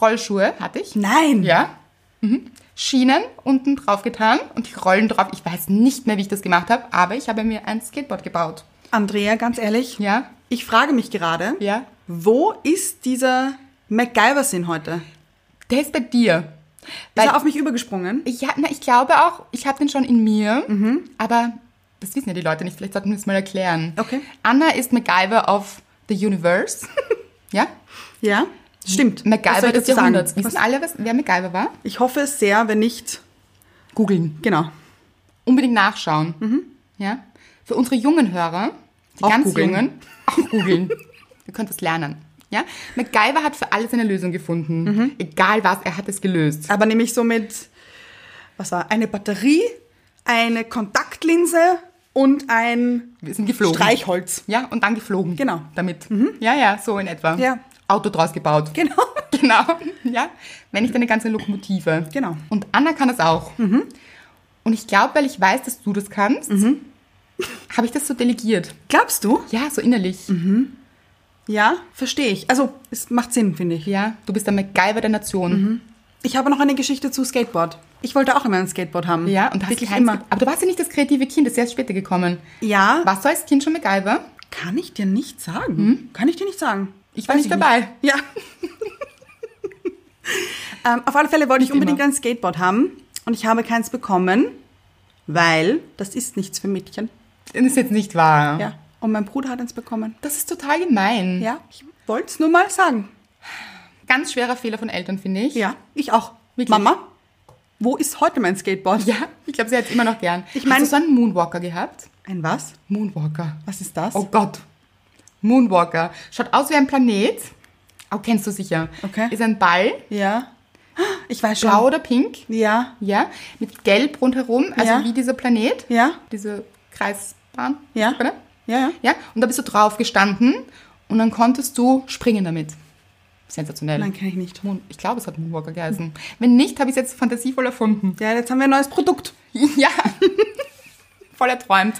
Rollschuhe hatte ich.
Nein.
Ja. Mhm. Schienen unten drauf getan und die Rollen drauf. Ich weiß nicht mehr, wie ich das gemacht habe, aber ich habe mir ein Skateboard gebaut.
Andrea, ganz ehrlich.
Ja.
Ich frage mich gerade,
Ja.
wo ist dieser MacGyver-Sinn heute?
Der ist bei dir.
Ist
Weil-
er auf mich übergesprungen?
Ja, na, ich glaube auch, ich habe den schon in mir,
Mhm.
aber das wissen ja die Leute nicht. Vielleicht sollten wir es mal erklären.
Okay.
Anna ist MacGyver of the Universe.
*laughs*
ja?
Ja, stimmt. Was soll
MacGyver des
ich dazu sagen?
Jahrhunderts. Wissen
Was-
alle, was, wer MacGyver war?
Ich hoffe es sehr, wenn nicht.
Googeln.
Genau.
Unbedingt nachschauen. Ja? Für unsere jungen Hörer, die
Mhm. *laughs* Auch
ganz
googeln.
jungen, auch googeln. *laughs* Ihr könnt was lernen. Ja? MacGyver hat für alles eine Lösung gefunden.
Mhm.
Egal was, er hat es gelöst.
Aber nämlich so mit, was war, eine Batterie, eine Kontaktlinse und ein
Wir sind geflogen.
Streichholz. *laughs*
Ja, und dann geflogen.
Genau.
Damit. Ja, ja, so in etwa.
Ja.
Auto draus gebaut. *laughs*
Genau.
Genau, ja. Wenn nicht eine ganze Lokomotive.
Genau. Mhm.
Und Anna kann das auch. Und ich glaube, weil ich weiß, dass du das kannst, Habe ich das so delegiert?
Glaubst du?
Ja, so innerlich.
Mhm. Ja, verstehe ich. Also, es macht Sinn, finde ich.
Ja, du bist der MacGyver der
Mhm.
Nation.
Ich habe noch eine Geschichte zu Skateboard. Ich wollte auch immer ein Skateboard haben.
Ja, und du hast
wirklich
keins
immer.
ge- Aber du warst ja nicht das kreative Kind, das ist erst später gekommen.
Ja,
Warst du als Kind schon MacGyver?
kann ich dir nicht sagen. Kann ich dir nicht sagen.
Hm? Ich war nicht dabei. *laughs*
Ja. ähm, auf alle Fälle wollte ich unbedingt
immer.
ein Skateboard haben und ich habe keins bekommen, weil das ist nichts für Mädchen.
Das ist jetzt nicht wahr.
Ja. Und mein Bruder hat eins bekommen.
Das ist total gemein.
Ja, ich wollte es nur mal sagen.
Ganz schwerer Fehler von Eltern, finde ich.
Ja, ich auch.
Wirklich?
Mama, wo ist heute mein
*laughs*
Skateboard?
Ja, ich glaube, sie hat es immer noch gern.
Ich mein-
Hast du so einen Moonwalker gehabt?
Ein was?
Moonwalker.
Was ist das?
Oh Gott. Moonwalker. Schaut aus wie ein Planet. Auch kennst du sicher.
Okay.
Ist ein Ball,
Ja. Ich weiß schon.
blau oder pink.
Ja.
Ja. Mit gelb rundherum, also
Ja.
wie dieser Planet.
Ja.
Diese Kreisbahn.
Ja.
Oder?
Ja, ja.
Ja. Und da bist du drauf gestanden und dann konntest du springen damit. Sensationell.
Nein, kenne ich nicht.
Moon, ich glaube, es hat Moonwalker geheißen. Wenn nicht, habe ich es jetzt fantasievoll erfunden. *laughs*
Ja, jetzt haben wir ein neues Produkt.
Ja. *laughs* Voll erträumt.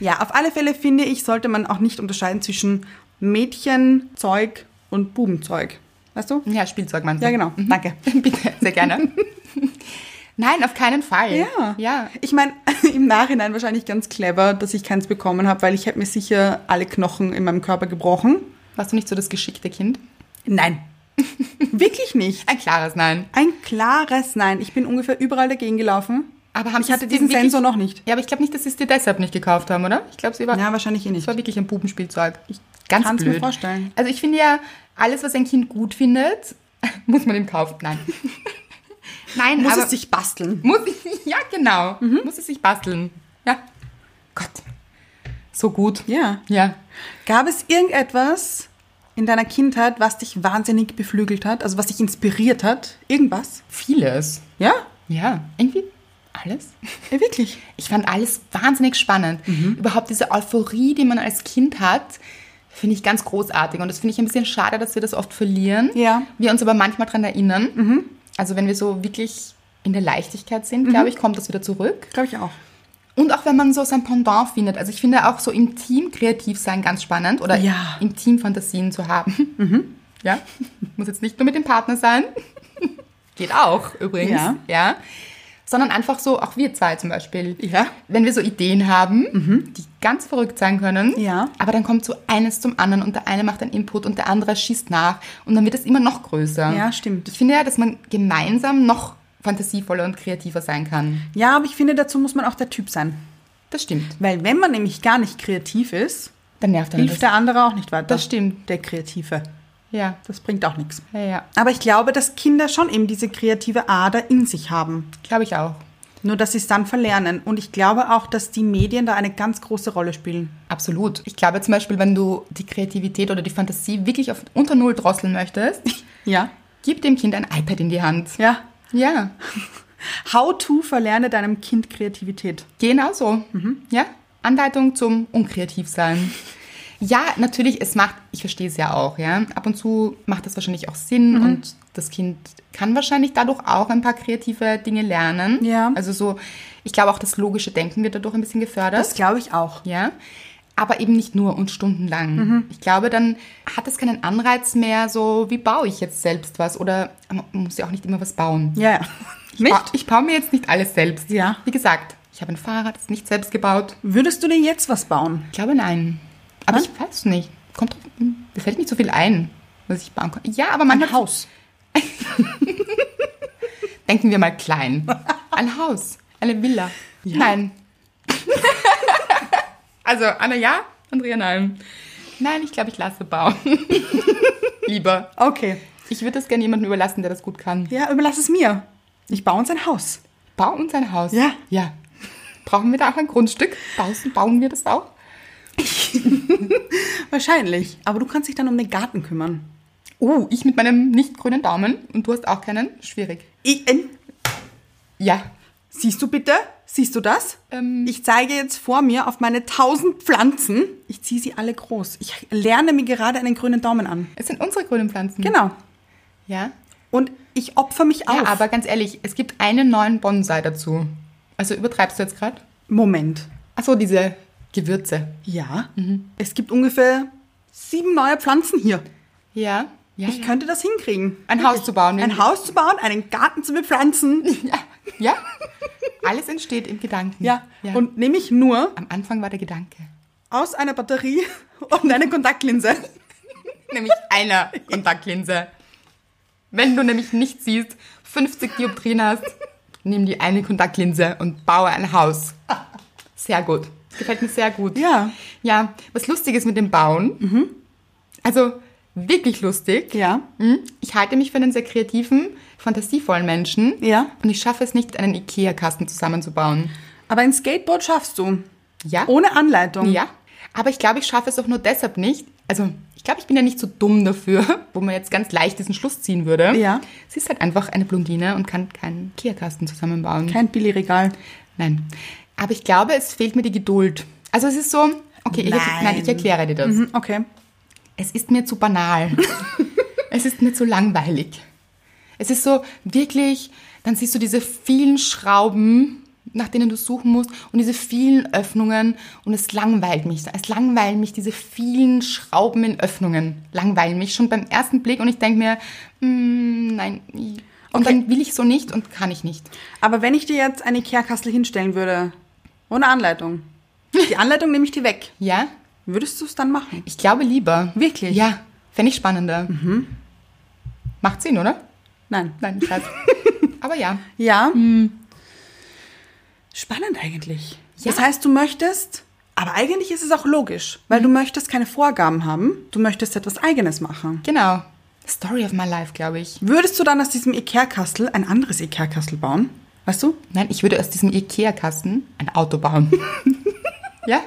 Ja, auf alle Fälle finde ich, sollte man auch nicht unterscheiden zwischen Mädchenzeug und Bubenzeug. Weißt du?
Ja, Spielzeug meinst du?
Ja, genau. Danke.
*laughs* Bitte, sehr
*laughs*
gerne. Nein, auf keinen Fall.
Ja.
Ja.
Ich meine, *laughs* im Nachhinein wahrscheinlich ganz clever, dass ich keins bekommen habe, weil ich hätte mir sicher alle Knochen in meinem Körper gebrochen.
Warst du nicht so das geschickte Kind?
Nein.
*laughs*
Wirklich nicht.
Ein klares Nein.
Ein klares Nein. Ich bin ungefähr überall dagegen gelaufen.
Aber haben
Ich
sie
hatte
es
diesen
dir
Sensor noch nicht.
Ja, aber ich glaube nicht, dass sie es dir deshalb nicht gekauft haben, oder? Ich glaube, sie war,
Ja, wahrscheinlich eh
es
nicht.
war wirklich ein Bubenspielzeug. Ich Ganz
kann's mir
blöd.
vorstellen.
Also ich finde ja, alles, was ein Kind gut findet, *laughs* muss man ihm kaufen.
*laughs*
Nein. Nein,
Muss
aber...
es sich Mhm. basteln.
Muss *laughs* ich, ja, genau. Muss es sich basteln. Ja. Gott. So gut.
Ja.
Ja.
Gab es irgendetwas in deiner Kindheit, was dich wahnsinnig beflügelt hat, also was dich inspiriert hat? Irgendwas?
Vieles.
Ja,
Ja. Irgendwie alles.
ja wirklich.
Ich fand alles wahnsinnig spannend. Überhaupt diese Euphorie, die man als Kind hat, finde ich ganz großartig. Und das finde ich ein bisschen schade, dass wir das oft verlieren.
Ja.
Wir uns aber manchmal daran erinnern. Also wenn wir so wirklich in der Leichtigkeit sind, glaube ich, kommt das wieder zurück.
Glaube ich auch.
Und auch wenn man so sein Pendant findet. Also ich finde auch so im Team kreativ sein ganz spannend oder
Ja. Mhm.
im Team Fantasien zu haben. *laughs* Ja, muss jetzt nicht nur mit dem Partner sein. *laughs* Geht auch übrigens.
Ja.
ja. Sondern einfach so, auch wir zwei zum Beispiel.
Ja.
Wenn wir so Ideen haben, die ganz verrückt sein können,
Mhm. Ja.
aber dann kommt so eines zum anderen und der eine macht einen Input und der andere schießt nach und dann wird es immer noch größer.
Ja, stimmt.
Ich finde ja, dass man gemeinsam noch fantasievoller und kreativer sein kann.
Ja, aber ich finde, dazu muss man auch der Typ sein.
Das stimmt.
Weil wenn man nämlich gar nicht kreativ ist,
Dann nervt einen
hilft der andere auch nicht weiter.
Das stimmt.
Der Kreative.
Ja,
Das bringt auch nichts.
ja, ja.
Aber ich glaube, dass Kinder schon eben diese kreative Ader in sich haben.
Glaube ich auch.
Nur, dass sie es dann verlernen. Und ich glaube auch, dass die Medien da eine ganz große Rolle spielen.
Absolut. Ich glaube zum Beispiel, wenn du die Kreativität oder die Fantasie wirklich auf unter Null drosseln möchtest, *laughs*
Ja.
gib dem Kind ein iPad in die Hand.
Ja.
Ja,
How to verlerne deinem Kind Kreativität.
genau so. Ja, Anleitung zum Unkreativsein. Ja, natürlich, es macht, ich verstehe es ja auch, ja. Ab und zu macht das wahrscheinlich auch Sinn und das Kind kann wahrscheinlich dadurch auch ein paar kreative Dinge lernen.
Ja.
Also so, ich glaube auch das logische Denken wird dadurch ein bisschen gefördert.
Das glaube ich auch.
Ja, aber eben nicht nur und stundenlang.
Mhm.
Ich glaube, dann hat es keinen Anreiz mehr, so wie baue ich jetzt selbst was oder äh, man muss ja auch nicht immer was bauen.
Ja, Ah, ja.
Ba- Ich baue mir jetzt nicht alles selbst.
Ja.
Wie gesagt, ich habe ein Fahrrad, das ist nicht selbst gebaut.
Würdest du dir jetzt was bauen?
Ich glaube, nein. Aber
Nein?
ich weiß es nicht. Kommt, drauf- hm, mir fällt nicht so viel ein, was ich bauen kann. Ja, aber man hat,
Haus.
denken wir mal *laughs* klein. Ein Haus, eine Villa. Nein. *laughs* also, Anna ja, Andrea nein. Nein, ich glaube, ich lasse *laughs* bauen. Lieber.
Okay.
Ich würde das gerne jemandem überlassen, der das gut kann.
Ja, überlass es mir. Ich baue uns ein Haus.
Bau uns ein Haus.
Ja.
Ja. Brauchen wir da auch ein Grundstück? Bauen, bauen wir das auch?
Wahrscheinlich. Aber du kannst dich dann um den Garten kümmern.
Oh, ich mit meinem nicht grünen Daumen und du hast auch keinen? Schwierig.
Ich, äh,
Ja.
siehst du bitte? Siehst du das?
Ähm.
Ich zeige jetzt vor mir auf meine tausend Pflanzen. Ich ziehe sie alle groß. Ich lerne mir gerade einen grünen Daumen an.
Es sind unsere grünen Pflanzen.
Genau.
Ja.
Und ich opfer mich auf.
Ja, aber ganz ehrlich, es gibt einen neuen Bonsai dazu. Also übertreibst du jetzt gerade?
Moment.
Achso, diese Gewürze.
Ja. Es gibt ungefähr sieben neue Pflanzen hier.
Mhm. Ja. ja
Ich könnte das hinkriegen.
Ein Haus zu bauen.
Ein Haus zu bauen, einen Garten zu bepflanzen.
*laughs* Ja. ja. Alles entsteht im Gedanken.
Ja. Und nämlich nur
am Anfang war der Gedanke.
aus einer Batterie *laughs* und einer Kontaktlinse.
Nämlich einer Kontaktlinse. Wenn du nämlich nichts siehst, 50 Dioptrien hast, nimm die eine Kontaktlinse und baue ein Haus. Sehr gut. Das gefällt mir sehr gut.
Ja. Mhm.
Ja, was lustig ist mit dem Bauen. Also wirklich lustig.
Ja.
Mhm. Ich halte mich für einen sehr kreativen, fantasievollen Menschen.
Ja.
Und ich schaffe es nicht, einen Ikea-Kasten zusammenzubauen.
Aber ein Skateboard schaffst du.
Ja.
Ohne Anleitung.
Ja, aber ich glaube, ich schaffe es auch nur deshalb nicht. Also, ich glaube, ich bin ja nicht so dumm dafür, *laughs* wo man jetzt ganz leicht diesen Schluss ziehen würde.
Ja.
Sie ist halt einfach eine Blondine und kann keinen Kierkasten zusammenbauen.
Kein Billigregal.
Nein. Aber ich glaube, es fehlt mir die Geduld. Also, es ist so, okay, ich, erkl-
Nein.
nein, ich erkläre dir das.
Mhm, okay.
Es ist mir zu banal.
*laughs*
es ist mir zu langweilig. Es ist so wirklich, dann siehst du diese vielen Schrauben, nach denen du suchen musst und diese vielen Öffnungen und es langweilt mich. Es langweilen mich diese vielen Schrauben in Öffnungen. Langweilen mich schon beim ersten Blick und ich denke mir, mm, nein. i- Und
Okay.
dann will ich so nicht und kann ich nicht.
Aber wenn ich dir jetzt eine Ikea-Kastel hinstellen würde, ohne Anleitung,
*laughs*
die Anleitung nehme ich dir weg,
Ja?
würdest du es dann machen?
Ich glaube lieber.
Wirklich? Mhm.
Ja. Fände ich spannender. Macht Sinn, oder?
Nein.
Nein, Schatz.
*laughs*
Aber ja.
Ja. Spannend eigentlich.
Hm. Ja.
Das heißt, du möchtest, aber eigentlich ist es auch logisch, weil
Hm.
du möchtest keine Vorgaben haben, du möchtest etwas Eigenes machen.
Genau. Story of my life, glaube ich.
Würdest du dann aus diesem Ikea-Kastel ein anderes Ikea-Kastel bauen? Weißt du?
Nein, ich würde aus diesem Ikea-Kasten ein Auto bauen. *laughs* ja?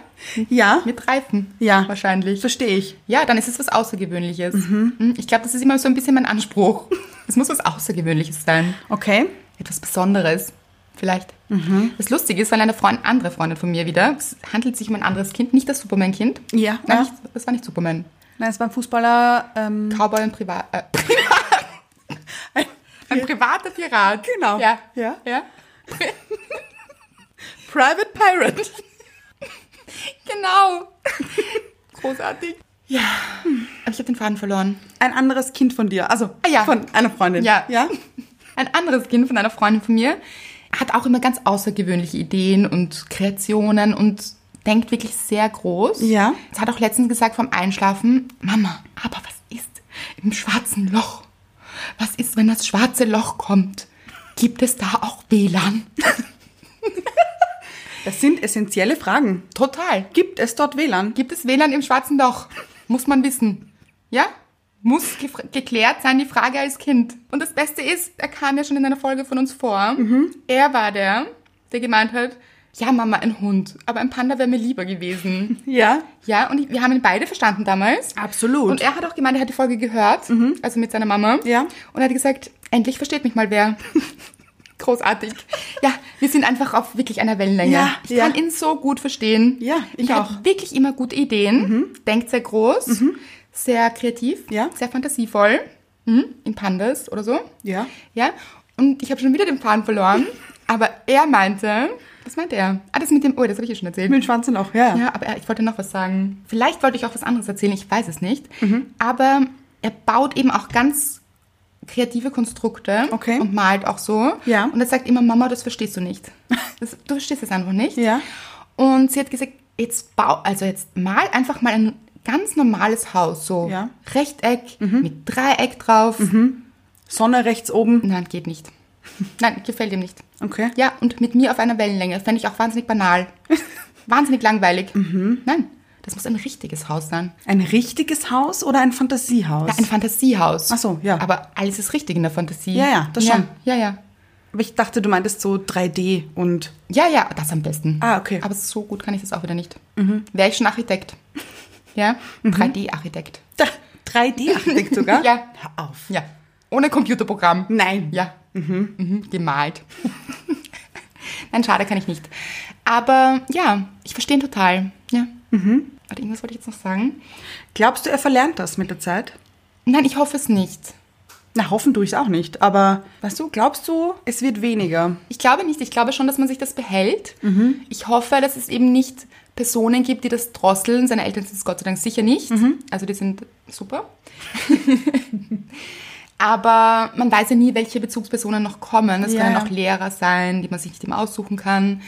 Ja.
Mit Reifen.
Ja.
Wahrscheinlich.
Verstehe ich.
Ja, dann ist es was Außergewöhnliches. Mhm. Ich glaube, das ist immer so ein bisschen mein
*laughs*
Anspruch. Es muss was Außergewöhnliches sein.
Okay.
Etwas Besonderes. Vielleicht.
Mhm.
Das Lustige ist, weil eine Freundin, andere Freundin von mir wieder, es handelt sich um ein anderes Kind, nicht das Superman-Kind.
Ja.
Nein,
Ja.
nicht, das war nicht Superman.
Nein, es war ein Fußballer. Ähm,
Cowboy und Privat. Äh, *laughs* ein privater Pirat.
Genau.
Ja.
Ja.
ja.
Private Pirate.
Genau. *laughs* Großartig. Ja. Aber ich habe den Faden verloren.
Ein anderes Kind von dir. Also
Ah, ja.
von einer Freundin.
Ja.
ja.
Ein anderes Kind von einer Freundin von mir hat auch immer ganz außergewöhnliche Ideen und Kreationen und denkt wirklich sehr groß.
Ja.
Es hat auch letztens gesagt vom Einschlafen, Mama, aber was ist im schwarzen Loch? Was ist, wenn das schwarze Loch kommt? Gibt es da auch WLAN?
Das sind essentielle Fragen.
Total.
Gibt es dort WLAN?
Gibt es WLAN im schwarzen Loch? Muss man wissen. Ja? Muss gef- geklärt sein, die Frage als Kind. Und das Beste ist, er kam ja schon in einer Folge von uns vor. Er war der, der gemeint hat, ja, Mama, ein Hund, aber ein Panda wäre mir lieber gewesen.
Ja.
Ja, und ich, wir haben ihn beide verstanden damals.
Absolut.
Und er hat auch gemeint, er hat die Folge gehört, also mit seiner Mama.
Mhm. Ja.
Und er hat gesagt, endlich versteht mich mal
*laughs*
wer. Großartig. Ja, wir sind einfach auf wirklich einer Wellenlänge.
Ja,
ich
ja.
kann ihn so gut verstehen.
Ja, ich
er
auch. Mhm.
Hat wirklich immer gute Ideen, denkt sehr groß, sehr kreativ,
Ja.
sehr fantasievoll. Mhm. In Pandas oder so.
Ja.
Ja. Und ich habe schon wieder den Faden verloren,
*laughs*
aber er meinte, was meinte er? Ah, das mit dem, oh, das habe ich ja schon erzählt.
Mit dem schwarzen Loch, ja.
Ja, aber er- ich wollte noch was sagen. Vielleicht wollte ich auch was anderes erzählen, ich weiß es nicht.
Mhm.
Aber er baut eben auch ganz kreative Konstrukte
Okay.
und malt auch so.
Ja.
Und er sagt immer, Mama, das verstehst du
*laughs*
nicht. Das, du verstehst es einfach nicht.
Ja.
Und sie hat gesagt, jetzt bau, also jetzt mal einfach mal ein ganz normales Haus, so
Ja. Mhm.
Rechteck mit Dreieck drauf.
Sonne rechts oben.
Nein, geht nicht. Nein, gefällt ihm nicht.
Okay.
Ja, und mit mir auf einer Wellenlänge. Fände ich auch wahnsinnig
*laughs*
banal. wahnsinnig langweilig.
Mhm.
Nein, das muss ein richtiges Haus sein.
Ein richtiges Haus oder ein Fantasiehaus?
Ja, ein Fantasiehaus.
Ach so, ja.
Aber alles ist richtig in der Fantasie.
Ja, ja, das schon.
Ja, ja.
Aber ich dachte, du meintest so 3D und.
Ja, ja, das am besten.
Ah, okay. Mhm.
Aber so gut kann ich das auch wieder nicht. Wäre ich schon
*laughs*
Architekt. Ja? 3D-Architekt.
3D-Architekt *laughs* sogar?
Ja.
Hör auf.
Ja. Ohne Computerprogramm.
Nein.
Ja. Mhm. Gemalt. *laughs* Nein, schade, kann ich nicht. Aber ja, ich verstehe ihn total. Ja.
Mhm.
Warte, irgendwas wollte ich jetzt noch sagen.
Glaubst du, er verlernt das mit der Zeit?
Nein, ich hoffe es nicht.
Na, hoffen tue ich auch nicht. Aber weißt du, glaubst du, es wird weniger?
Ich glaube nicht. Ich glaube schon, dass man sich das behält.
Mhm.
Ich hoffe, dass es eben nicht Personen gibt, die das drosseln. Seine Eltern sind es Gott sei Dank sicher nicht.
Mhm.
Also die sind super. *laughs* Aber man weiß ja nie, welche Bezugspersonen noch kommen. Das
Ja,
können
ja.
auch Lehrer sein, die man sich nicht immer aussuchen kann.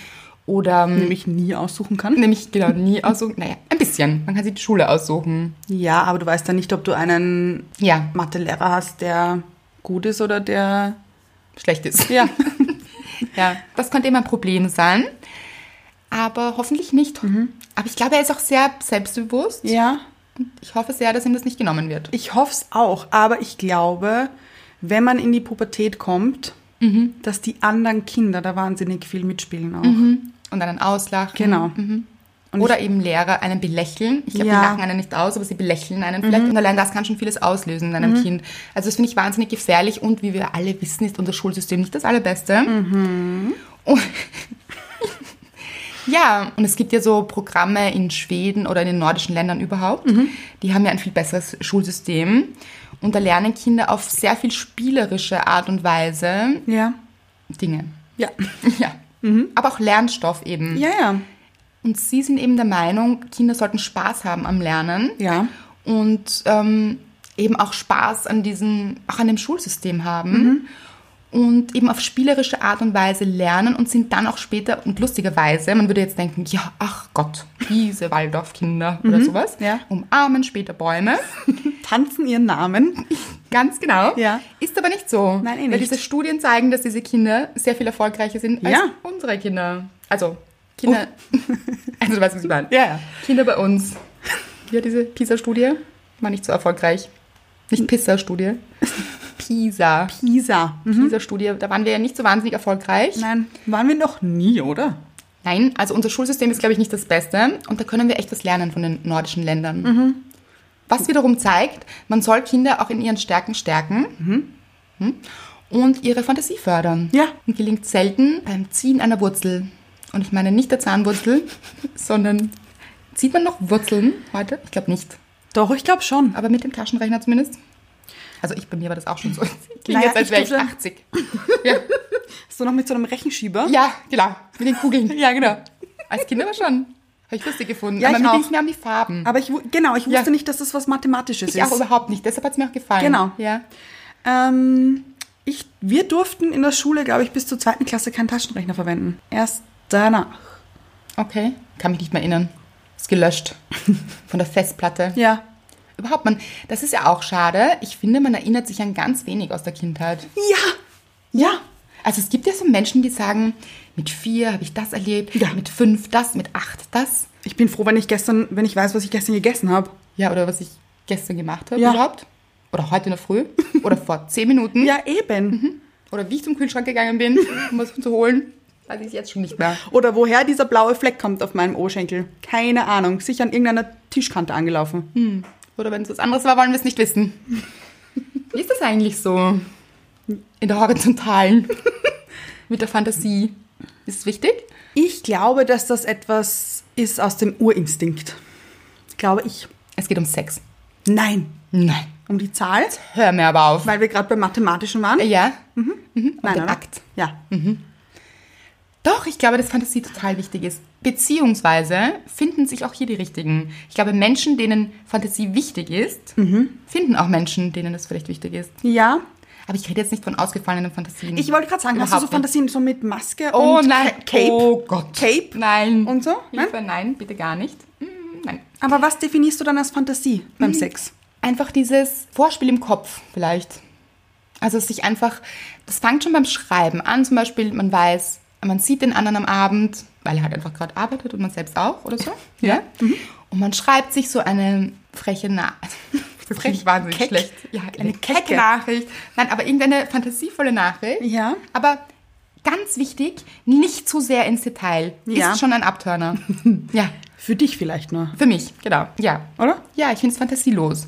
Oder
Nämlich nie aussuchen kann.
nämlich genau nie aussuchen. Naja, ein bisschen. Man kann sich die Schule aussuchen.
Ja, aber du weißt dann nicht, ob du einen
Ja,
Mathelehrer hast, der gut ist oder der.
schlecht ist. *laughs*
Ja.
Ja, das könnte immer ein Problem sein. Aber hoffentlich nicht. Aber ich glaube, er ist auch sehr selbstbewusst.
Mhm. ja.
Ich hoffe sehr, dass ihm das nicht genommen wird.
Ich hoffe es auch, aber ich glaube, wenn man in die Pubertät kommt,
Mhm.
dass die anderen Kinder da wahnsinnig viel mitspielen auch.
Und einen auslachen.
Genau.
Mhm.
Und
Oder eben Lehrer einen belächeln. Ich glaube,
Ja. Mhm.
die lachen einen nicht aus, aber sie belächeln einen vielleicht. Und allein das kann schon vieles auslösen in einem Kind. Also das finde ich wahnsinnig gefährlich. Und wie wir alle wissen, ist unser Schulsystem nicht das allerbeste.
Mhm.
Und *laughs* ja, und es gibt ja so Programme in Schweden oder in den nordischen Ländern überhaupt.
Mhm.
Die haben ja ein viel besseres Schulsystem. Und da lernen Kinder auf sehr viel spielerische Art und Weise
Ja.
Dinge. *laughs*
Ja.
Ja.
Mhm.
Aber auch Lernstoff eben.
Ja, ja.
Und Sie sind eben der Meinung, Kinder sollten Spaß haben am Lernen
Ja.
und ähm, eben auch Spaß an diesem, auch an dem Schulsystem
Mhm.
haben und eben auf spielerische Art und Weise lernen und sind dann auch später und lustigerweise, man würde jetzt denken, ja, ach Gott, diese Waldorfkinder oder sowas,
Mhm. ja.
umarmen später Bäume.
Tanzen ihren Namen.
Ganz genau.
Ja.
Ist aber nicht so.
Nein, eh
Weil
nicht.
diese Studien zeigen, dass diese Kinder sehr viel erfolgreicher sind als
Ja. Oh.
unsere Kinder. Also Kinder. *laughs* Also du weißt, was ich meine.
Ja, ja.
Kinder bei uns. Ja, diese PISA-Studie war nicht so erfolgreich. Nicht PISA-Studie. PISA.
Isa. Mhm.
PISA-Studie. Da waren wir ja nicht so wahnsinnig erfolgreich.
Nein, waren wir noch nie, oder?
Nein, also unser Schulsystem ist, glaube ich, nicht das Beste. Und da können wir echt was lernen von den nordischen Ländern.
Mhm.
Was wiederum zeigt, man soll Kinder auch in ihren Stärken stärken Hm? und ihre Fantasie fördern.
Mhm. Ja.
Und gelingt selten beim Ziehen einer Wurzel. Und ich meine nicht der Zahnwurzel, *laughs* sondern zieht man noch Wurzeln heute? Ich glaube nicht.
Doch, ich glaube schon.
Aber mit dem Taschenrechner zumindest. Also ich, bei mir war das auch schon
*laughs*
so. Ich klinge
Naja,
jetzt, als
ich
wäre ich
glaub,
80. ja.
So noch mit so einem Rechenschieber.
ja, genau. Mit den Kugeln.
Ja, genau.
Als Kind aber schon. Habe ich lustig gefunden.
Ja,
aber
ich
mir
auch.
ging's mehr um die Farben.
Aber ich, wu- genau, ich wusste
Ja.
nicht, dass das was Mathematisches
ich
ist.
auch überhaupt nicht. Deshalb hat es mir auch gefallen.
Genau.
Ja.
Ähm, ich, wir durften in der Schule, glaube ich, bis zur zweiten Klasse keinen Taschenrechner verwenden. Erst danach.
Okay. Kann mich nicht mehr erinnern. Ist gelöscht. Von der Festplatte.
Ja.
Überhaupt, man, das ist ja auch schade. Ich finde, man erinnert sich an ganz wenig aus der Kindheit.
Ja. Ja.
Also es gibt ja so Menschen, die sagen, mit vier habe ich das erlebt,
Ja.
mit fünf das, mit acht das.
Ich bin froh, wenn ich gestern, wenn ich weiß, was ich gestern gegessen habe.
Ja, oder was ich gestern gemacht habe
Ja.
überhaupt. Oder heute in der
*laughs*
Früh. Oder vor zehn Minuten.
Ja, eben.
Oder wie ich zum Kühlschrank gegangen bin, *laughs* um was zu holen. Weiß ich jetzt schon nicht mehr.
Oder woher dieser blaue Fleck kommt auf meinem Oberschenkel. Keine Ahnung. Sicher an irgendeiner Tischkante angelaufen.
Oder wenn es was anderes war, wollen wir es nicht wissen. Wie ist das eigentlich so? In der
*laughs*
Horizontalen. Mit der Fantasie. Ist es wichtig?
Ich glaube, dass das etwas ist aus dem Urinstinkt. Glaube ich.
Es geht um Sex.
Nein.
Nein.
Um die Zahl,
Hör mir aber auf.
weil wir gerade beim Mathematischen waren.
Ja? Mhm. Und
Nein,
den
oder?
Akt. Mhm.
Ja.
Doch, ich glaube, dass Fantasie total wichtig ist. Beziehungsweise finden sich auch hier die Richtigen. Ich glaube, Menschen, denen Fantasie wichtig ist,
Mhm.
finden auch Menschen, denen das vielleicht wichtig ist.
Ja.
Aber ich rede jetzt nicht von ausgefallenen Fantasien.
Ich wollte gerade sagen, hast du so
Überhaupt nicht.
Fantasien so mit Maske
Oh
und
nein.
Ca- Cape?
Oh Gott.
Cape?
Nein.
Und so? Nein?
Hilfe, nein? bitte gar nicht. Mm, Nein.
Aber was definierst du dann als Fantasie
Mhm.
beim Sex?
Einfach dieses Vorspiel im Kopf vielleicht. Also es sich einfach, das fängt schon beim Schreiben an. Zum Beispiel, man weiß, man sieht den anderen am Abend, weil er halt einfach gerade arbeitet und man selbst auch oder so. *laughs* Ja. Mhm. Und man schreibt sich so eine freche Na. *laughs* Das klingt wahnsinnig
keck.
schlecht. Ja, eine
Eine kecke.
kecke Nachricht. Nein, aber irgendeine fantasievolle Nachricht.
Ja.
Aber ganz wichtig, nicht zu sehr ins Detail.
Ja.
Ist schon ein Abturner. *laughs* ja,
Für dich vielleicht nur,
für mich, genau. Ja.
oder?
Ja, ich finde es fantasielos.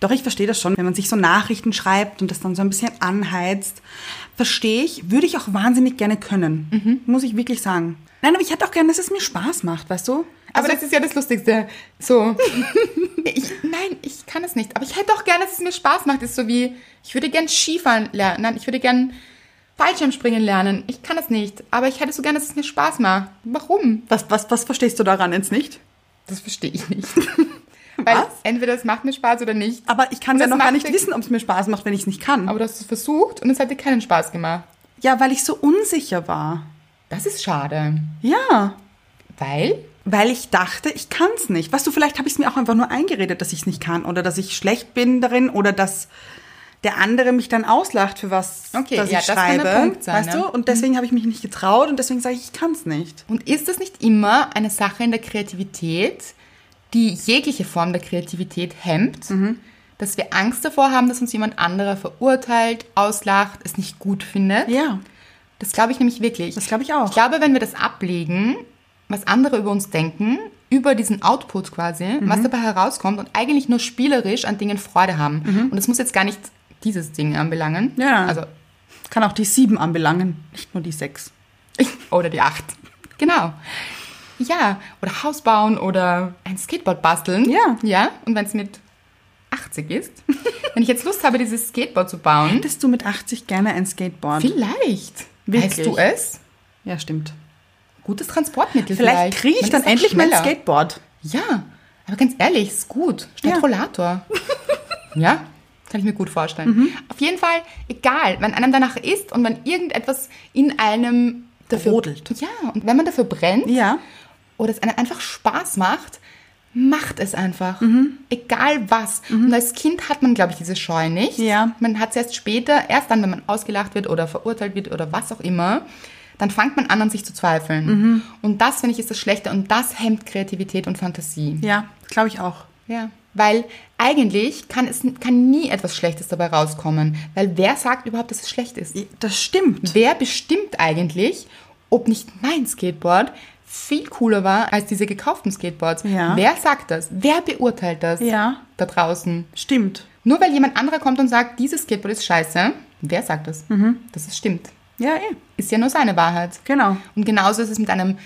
Doch, ich verstehe das schon. Wenn man sich so Nachrichten schreibt und das dann so ein bisschen
Mhm.
anheizt, verstehe ich, würde ich auch wahnsinnig gerne können. Muss ich wirklich sagen. Nein, aber ich hätte auch gern, dass es mir Spaß macht, weißt du?
Aber das ist ja das Lustigste. So. ich, nein, ich kann es nicht. Aber ich hätte auch gern, dass es mir Spaß macht. Ist so wie, ich würde gern Skifahren lernen. Nein, ich würde gern Fallschirmspringen lernen. Ich kann es nicht. Aber ich hätte so gern, dass es mir Spaß macht. Warum?
Was, was, was verstehst du daran jetzt nicht?
Das verstehe ich nicht. Weil
Was? Ah.
entweder es macht mir Spaß oder nicht.
Aber ich kann
Und
ja
das
noch gar
macht
nicht
den-
wissen, ob es mir Spaß macht, wenn ich es nicht kann.
Aber du hast es versucht und es hat dir keinen Spaß gemacht.
Ja, weil ich so unsicher war.
Das ist schade.
Ja.
Weil?
Weil ich dachte, ich kann es nicht. Weißt du, vielleicht habe ich es mir auch einfach nur eingeredet, dass ich es nicht kann oder dass ich schlecht bin darin oder dass der andere mich dann auslacht für was,
Okay,
dass
ja,
ich
das kann
schreibe.
der Punkt sein,
weißt
ne?
du? Und deswegen habe ich mich nicht getraut und deswegen sage ich, ich kann es nicht.
Und ist das nicht immer eine Sache in der Kreativität, die jegliche Form der Kreativität hemmt,
Mhm.
dass wir Angst davor haben, dass uns jemand anderer verurteilt, auslacht, es nicht gut findet?
Ja.
Das glaube ich nämlich wirklich.
Das glaube ich auch.
Ich glaube, wenn wir das ablegen, was andere über uns denken, über diesen Output quasi,
Mhm.
was dabei herauskommt und eigentlich nur spielerisch an Dingen Freude haben. Und das muss jetzt gar nicht dieses Ding anbelangen.
Mhm. Ja.
Also,
Kann auch die sieben anbelangen, nicht nur die sechs.
oder die acht. Genau. Ja, oder Haus bauen oder ein Skateboard basteln.
Ja.
Ja, und wenn es mit 80 ist, *laughs* wenn ich jetzt Lust habe, dieses Skateboard zu bauen,
Hättest du mit 80 gerne ein Skateboard?
vielleicht.
Wirklich?
Weißt du es?
Ja, stimmt.
Gutes Transportmittel
Vielleicht
vielleicht.
kriege ich
Man
dann
ist auch
endlich mein
schneller.
Skateboard.
Ja, aber ganz ehrlich, ist gut. Statt
Ja. *laughs*
Rollator. ja, kann ich mir gut vorstellen.
Mhm.
Auf jeden Fall, egal, wenn einem danach ist und wenn irgendetwas in einem dafür
Brodelt.
Ja, und wenn man dafür brennt
Ja.
oder es einem einfach Spaß macht, macht es einfach.
Mhm.
Egal was. Und als Kind hat man, glaube ich, diese Scheu nicht.
Ja.
Man hat es erst später, erst dann, wenn man ausgelacht wird oder verurteilt wird oder was auch immer, dann fängt man an, an sich zu zweifeln.
Mhm.
Und das, finde ich, ist das Schlechte. Und das hemmt Kreativität und Fantasie.
Ja, glaube ich auch.
Ja. Weil eigentlich kann, es, kann nie etwas Schlechtes dabei rauskommen. Weil wer sagt überhaupt, dass es schlecht ist?
Das stimmt.
Wer bestimmt eigentlich, ob nicht mein Skateboard viel cooler war als diese gekauften Skateboards?
Ja.
Wer sagt das? Wer beurteilt das
Ja.
da draußen?
Stimmt.
Nur weil jemand anderer kommt und sagt, dieses Skateboard ist scheiße, wer sagt das?
Mhm.
Das ist stimmt.
Ja, eh.
Ist ja nur seine Wahrheit.
Genau.
Und genauso ist es mit einem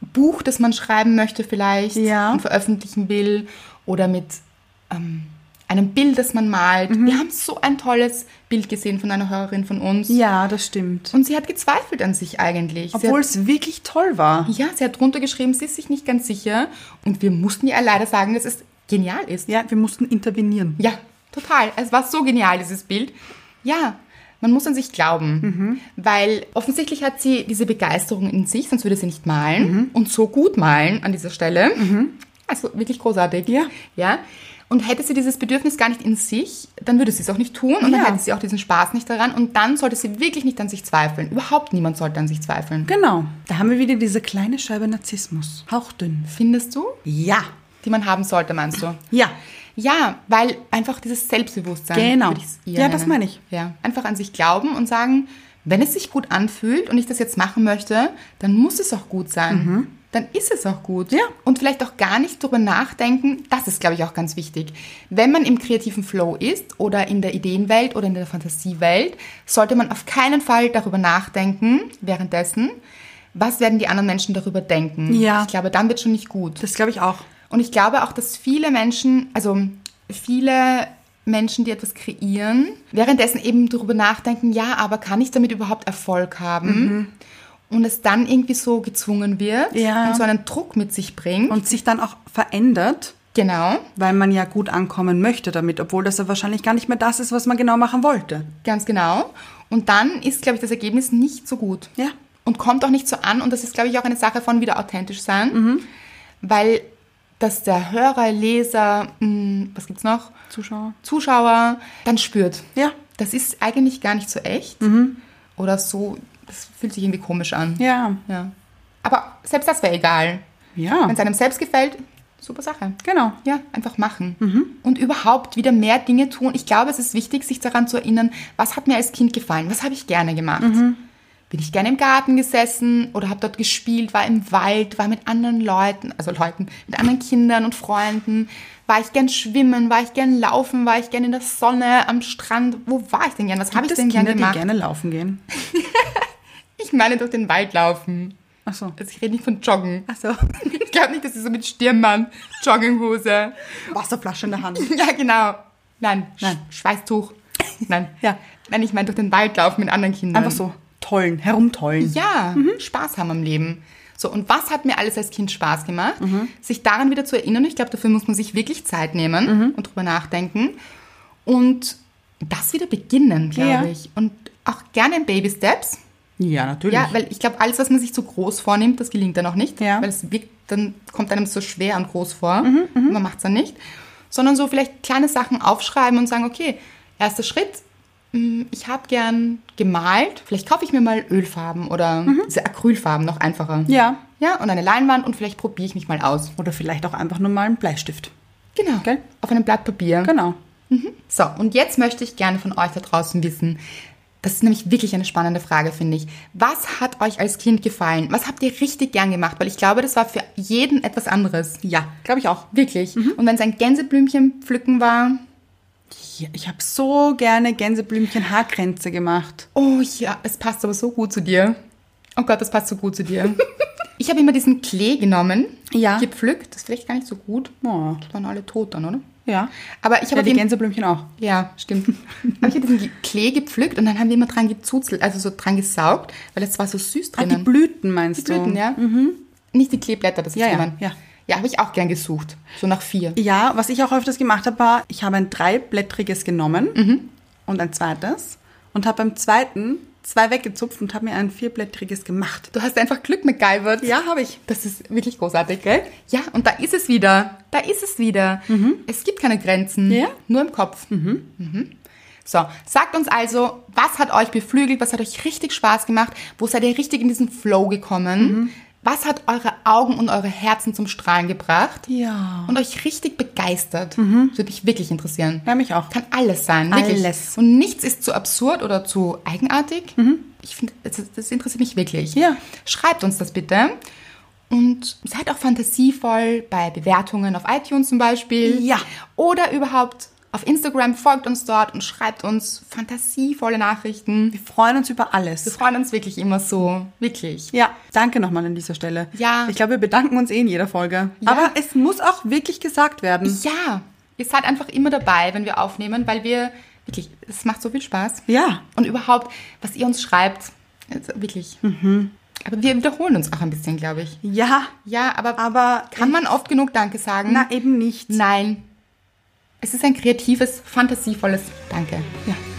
Buch, das man schreiben möchte vielleicht
Ja.
und veröffentlichen will oder mit ähm, einem Bild, das man malt.
Mhm.
Wir haben so ein tolles Bild gesehen von einer Hörerin von uns.
Ja, das stimmt.
Und sie hat gezweifelt an sich eigentlich. Sie
Obwohl es wirklich toll war.
hat, ja, sie hat drunter geschrieben, sie ist sich nicht ganz sicher. Und wir mussten ihr leider sagen, dass es genial ist.
Ja, wir mussten intervenieren.
Ja, total. Es war so genial, dieses Bild. Ja, man muss an sich glauben.
Mhm.
Weil offensichtlich hat sie diese Begeisterung in sich, sonst würde sie nicht malen.
Mhm.
Und so gut malen an dieser Stelle. Also wirklich großartig.
Ja.
ja. Und hätte sie dieses Bedürfnis gar nicht in sich, dann würde sie es auch nicht tun und
Ja.
dann hätte sie auch diesen Spaß nicht daran und dann sollte sie wirklich nicht an sich zweifeln. Überhaupt niemand sollte an sich zweifeln.
Genau. Da haben wir wieder diese kleine Scheibe Narzissmus. Hauchdünn.
Findest du?
Ja.
Die man haben sollte, meinst du?
Ja.
Ja, weil einfach dieses Selbstbewusstsein.
Genau.
würde ich's eher
Ja, das
nennen.
meine ich.
Ja, einfach an sich glauben und sagen, wenn es sich gut anfühlt und ich das jetzt machen möchte, dann muss es auch gut sein. Dann ist es auch gut.
Mhm. Ja.
Und vielleicht auch gar nicht drüber nachdenken. Das ist, glaube ich, auch ganz wichtig. Wenn man im kreativen Flow ist oder in der Ideenwelt oder in der Fantasiewelt, sollte man auf keinen Fall darüber nachdenken währenddessen, was werden die anderen Menschen darüber denken.
Ja.
Ich glaube, dann wird schon nicht gut.
Das glaube ich auch.
Und ich glaube auch, dass viele Menschen, also viele Menschen, die etwas kreieren, währenddessen eben darüber nachdenken, ja, aber kann ich damit überhaupt Erfolg haben? Und es dann irgendwie so gezwungen wird
Mhm. Ja.
und so einen Druck mit sich bringt.
Und sich dann auch verändert,
genau,
weil man ja gut ankommen möchte damit, obwohl das ja wahrscheinlich gar nicht mehr das ist, was man genau machen wollte.
ganz genau. Und dann ist, glaube ich, das Ergebnis nicht so gut.
Ja.
Und kommt auch nicht so an. Und das ist, glaube ich, auch eine Sache von wieder authentisch sein.
Mhm.
Weil dass der Hörer, Leser, mh, was gibt's noch?
Zuschauer.
Zuschauer dann spürt.
Ja.
Das ist eigentlich gar nicht so echt. Oder so, das fühlt sich irgendwie komisch an.
Mhm. Ja.
Ja. Aber selbst das wäre egal.
Ja.
Wenn es einem selbst gefällt, super Sache.
Genau.
Ja, einfach machen.
Mhm.
Und überhaupt wieder mehr Dinge tun. Ich glaube, es ist wichtig, sich daran zu erinnern, was hat mir als Kind gefallen? Was habe ich gerne gemacht?
Mhm.
Bin ich gerne im Garten gesessen oder habe dort gespielt, war im Wald, war mit anderen Leuten, also Leuten, mit anderen Kindern und Freunden? War ich gern schwimmen? War ich gern laufen? War ich gern in der Sonne, am Strand? Wo war ich denn gern? Was habe ich
Gibt es
denn gern *laughs*
Kinder, die
gemacht?
gerne laufen gehen?
Ich meine, durch den Wald laufen.
Ach so.
Also ich rede nicht von Joggen. *laughs*
Ach so.
Ich glaube nicht, dass sie so mit Stirnmann, Jogginghose.
Wasserflasche in
*laughs*
der Hand.
Ja, genau. Nein,
Nein.
Nein.
*laughs*
Schweißtuch. Nein.
Ja.
Nein, ich meine durch den Wald laufen mit anderen Kindern.
Einfach so Mhm. tollen, herumtollen.
Ja, Spaß haben am Leben. So, und was hat mir alles als Kind Spaß gemacht?
Mhm.
Sich daran wieder zu erinnern, ich glaube, dafür muss man sich wirklich Zeit
Mhm.
nehmen und drüber nachdenken. Und das wieder beginnen, glaube
Ja.
ich. Und auch gerne in Baby Steps.
Ja, natürlich.
Ja, weil ich glaube, alles, was man sich zu groß vornimmt, das gelingt dann auch nicht.
Ja. Mhm,
Weil es wirkt, dann kommt einem so schwer und groß vor. und man macht es dann nicht. Sondern so vielleicht kleine Sachen aufschreiben und sagen, okay, erster Schritt, mh, ich habe gern gemalt. Vielleicht kaufe ich mir mal Ölfarben oder diese Acrylfarben, noch einfacher.
Mhm. Ja.
Ja, und eine Leinwand und vielleicht probiere ich mich mal aus.
Oder vielleicht auch einfach nur mal einen Bleistift.
Genau.
Gell?
Auf einem Blatt Papier.
Genau.
So, und jetzt möchte ich gerne von euch da draußen wissen, das ist nämlich wirklich eine spannende Frage, finde ich. Was hat euch als Kind gefallen? Was habt ihr richtig gern gemacht? Weil ich glaube, das war für jeden etwas anderes.
Ja, glaube ich auch. Mhm.
Wirklich. Und wenn es ein Gänseblümchen pflücken war,
Ja, ich habe so gerne Gänseblümchen Haarkränze gemacht.
oh ja, es passt aber so gut zu dir. Oh Gott, das passt so gut zu
*laughs*
dir. ich habe immer diesen Klee genommen,
Ja.
gepflückt. Das ist vielleicht gar nicht so gut.
Oh.
Das waren alle tot dann, oder?
Ja.
Aber ich habe
ja, die
den-
Gänseblümchen auch.
Ja, stimmt.
*laughs*
Aber ich habe diesen Klee gepflückt und dann haben wir immer dran gezuzelt, also so dran gesaugt, weil es war so süß
Ah, die
drinnen.
Blüten meinst
Die Blüten,
du?
ja. Nicht die Kleeblätter, das ist
Ja, ja,
gemeint.
ja.
Ja, habe ich auch gern gesucht. So nach vier.
Ja, was ich auch öfters gemacht habe, war, ich habe ein dreiblättriges genommen und ein zweites und habe beim zweiten zwei weggezupft und habe mir ein vierblättriges gemacht.
Du hast einfach Glück mit Galbert.
Ja, habe ich.
Das ist wirklich großartig, gell? Ja, und da ist es wieder. Da ist es wieder. Es gibt keine Grenzen.
Mhm. Ja.
Nur im Kopf. Mhm. So, sagt uns also, was hat euch beflügelt? Was hat euch richtig Spaß gemacht? Wo seid ihr richtig in diesen Flow gekommen?
Mhm.
Was hat eure Augen und eure Herzen zum Strahlen gebracht?
Ja.
Und euch richtig begeistert? Das würde mich wirklich interessieren.
Mhm. Ja, mich auch.
Kann alles sein, wirklich.
Alles. Mhm.
Und nichts ist zu absurd oder zu eigenartig. Ich finde, das, das interessiert mich wirklich.
Ja.
Schreibt uns das bitte. Und seid auch fantasievoll bei Bewertungen auf iTunes zum Beispiel.
Ja.
Oder überhaupt auf Instagram, folgt uns dort und schreibt uns fantasievolle Nachrichten.
Wir freuen uns über
Wir
alles.
freuen uns wirklich immer so. Wirklich.
Ja, danke nochmal an dieser Stelle.
Ja.
Ich glaube, wir bedanken uns eh in jeder Folge. Aber es muss auch wirklich gesagt werden.
Ja. Ihr seid einfach immer dabei, wenn wir aufnehmen, weil wir wirklich, es macht so viel Spaß.
Ja.
Und überhaupt, was ihr uns schreibt, also wirklich. Aber wir wiederholen uns auch ein bisschen, glaube ich.
Ja,
Ja, aber,
aber
kann man oft genug Danke sagen?
na eben nicht.
Nein. Es ist ein kreatives, fantasievolles Danke.
Ja.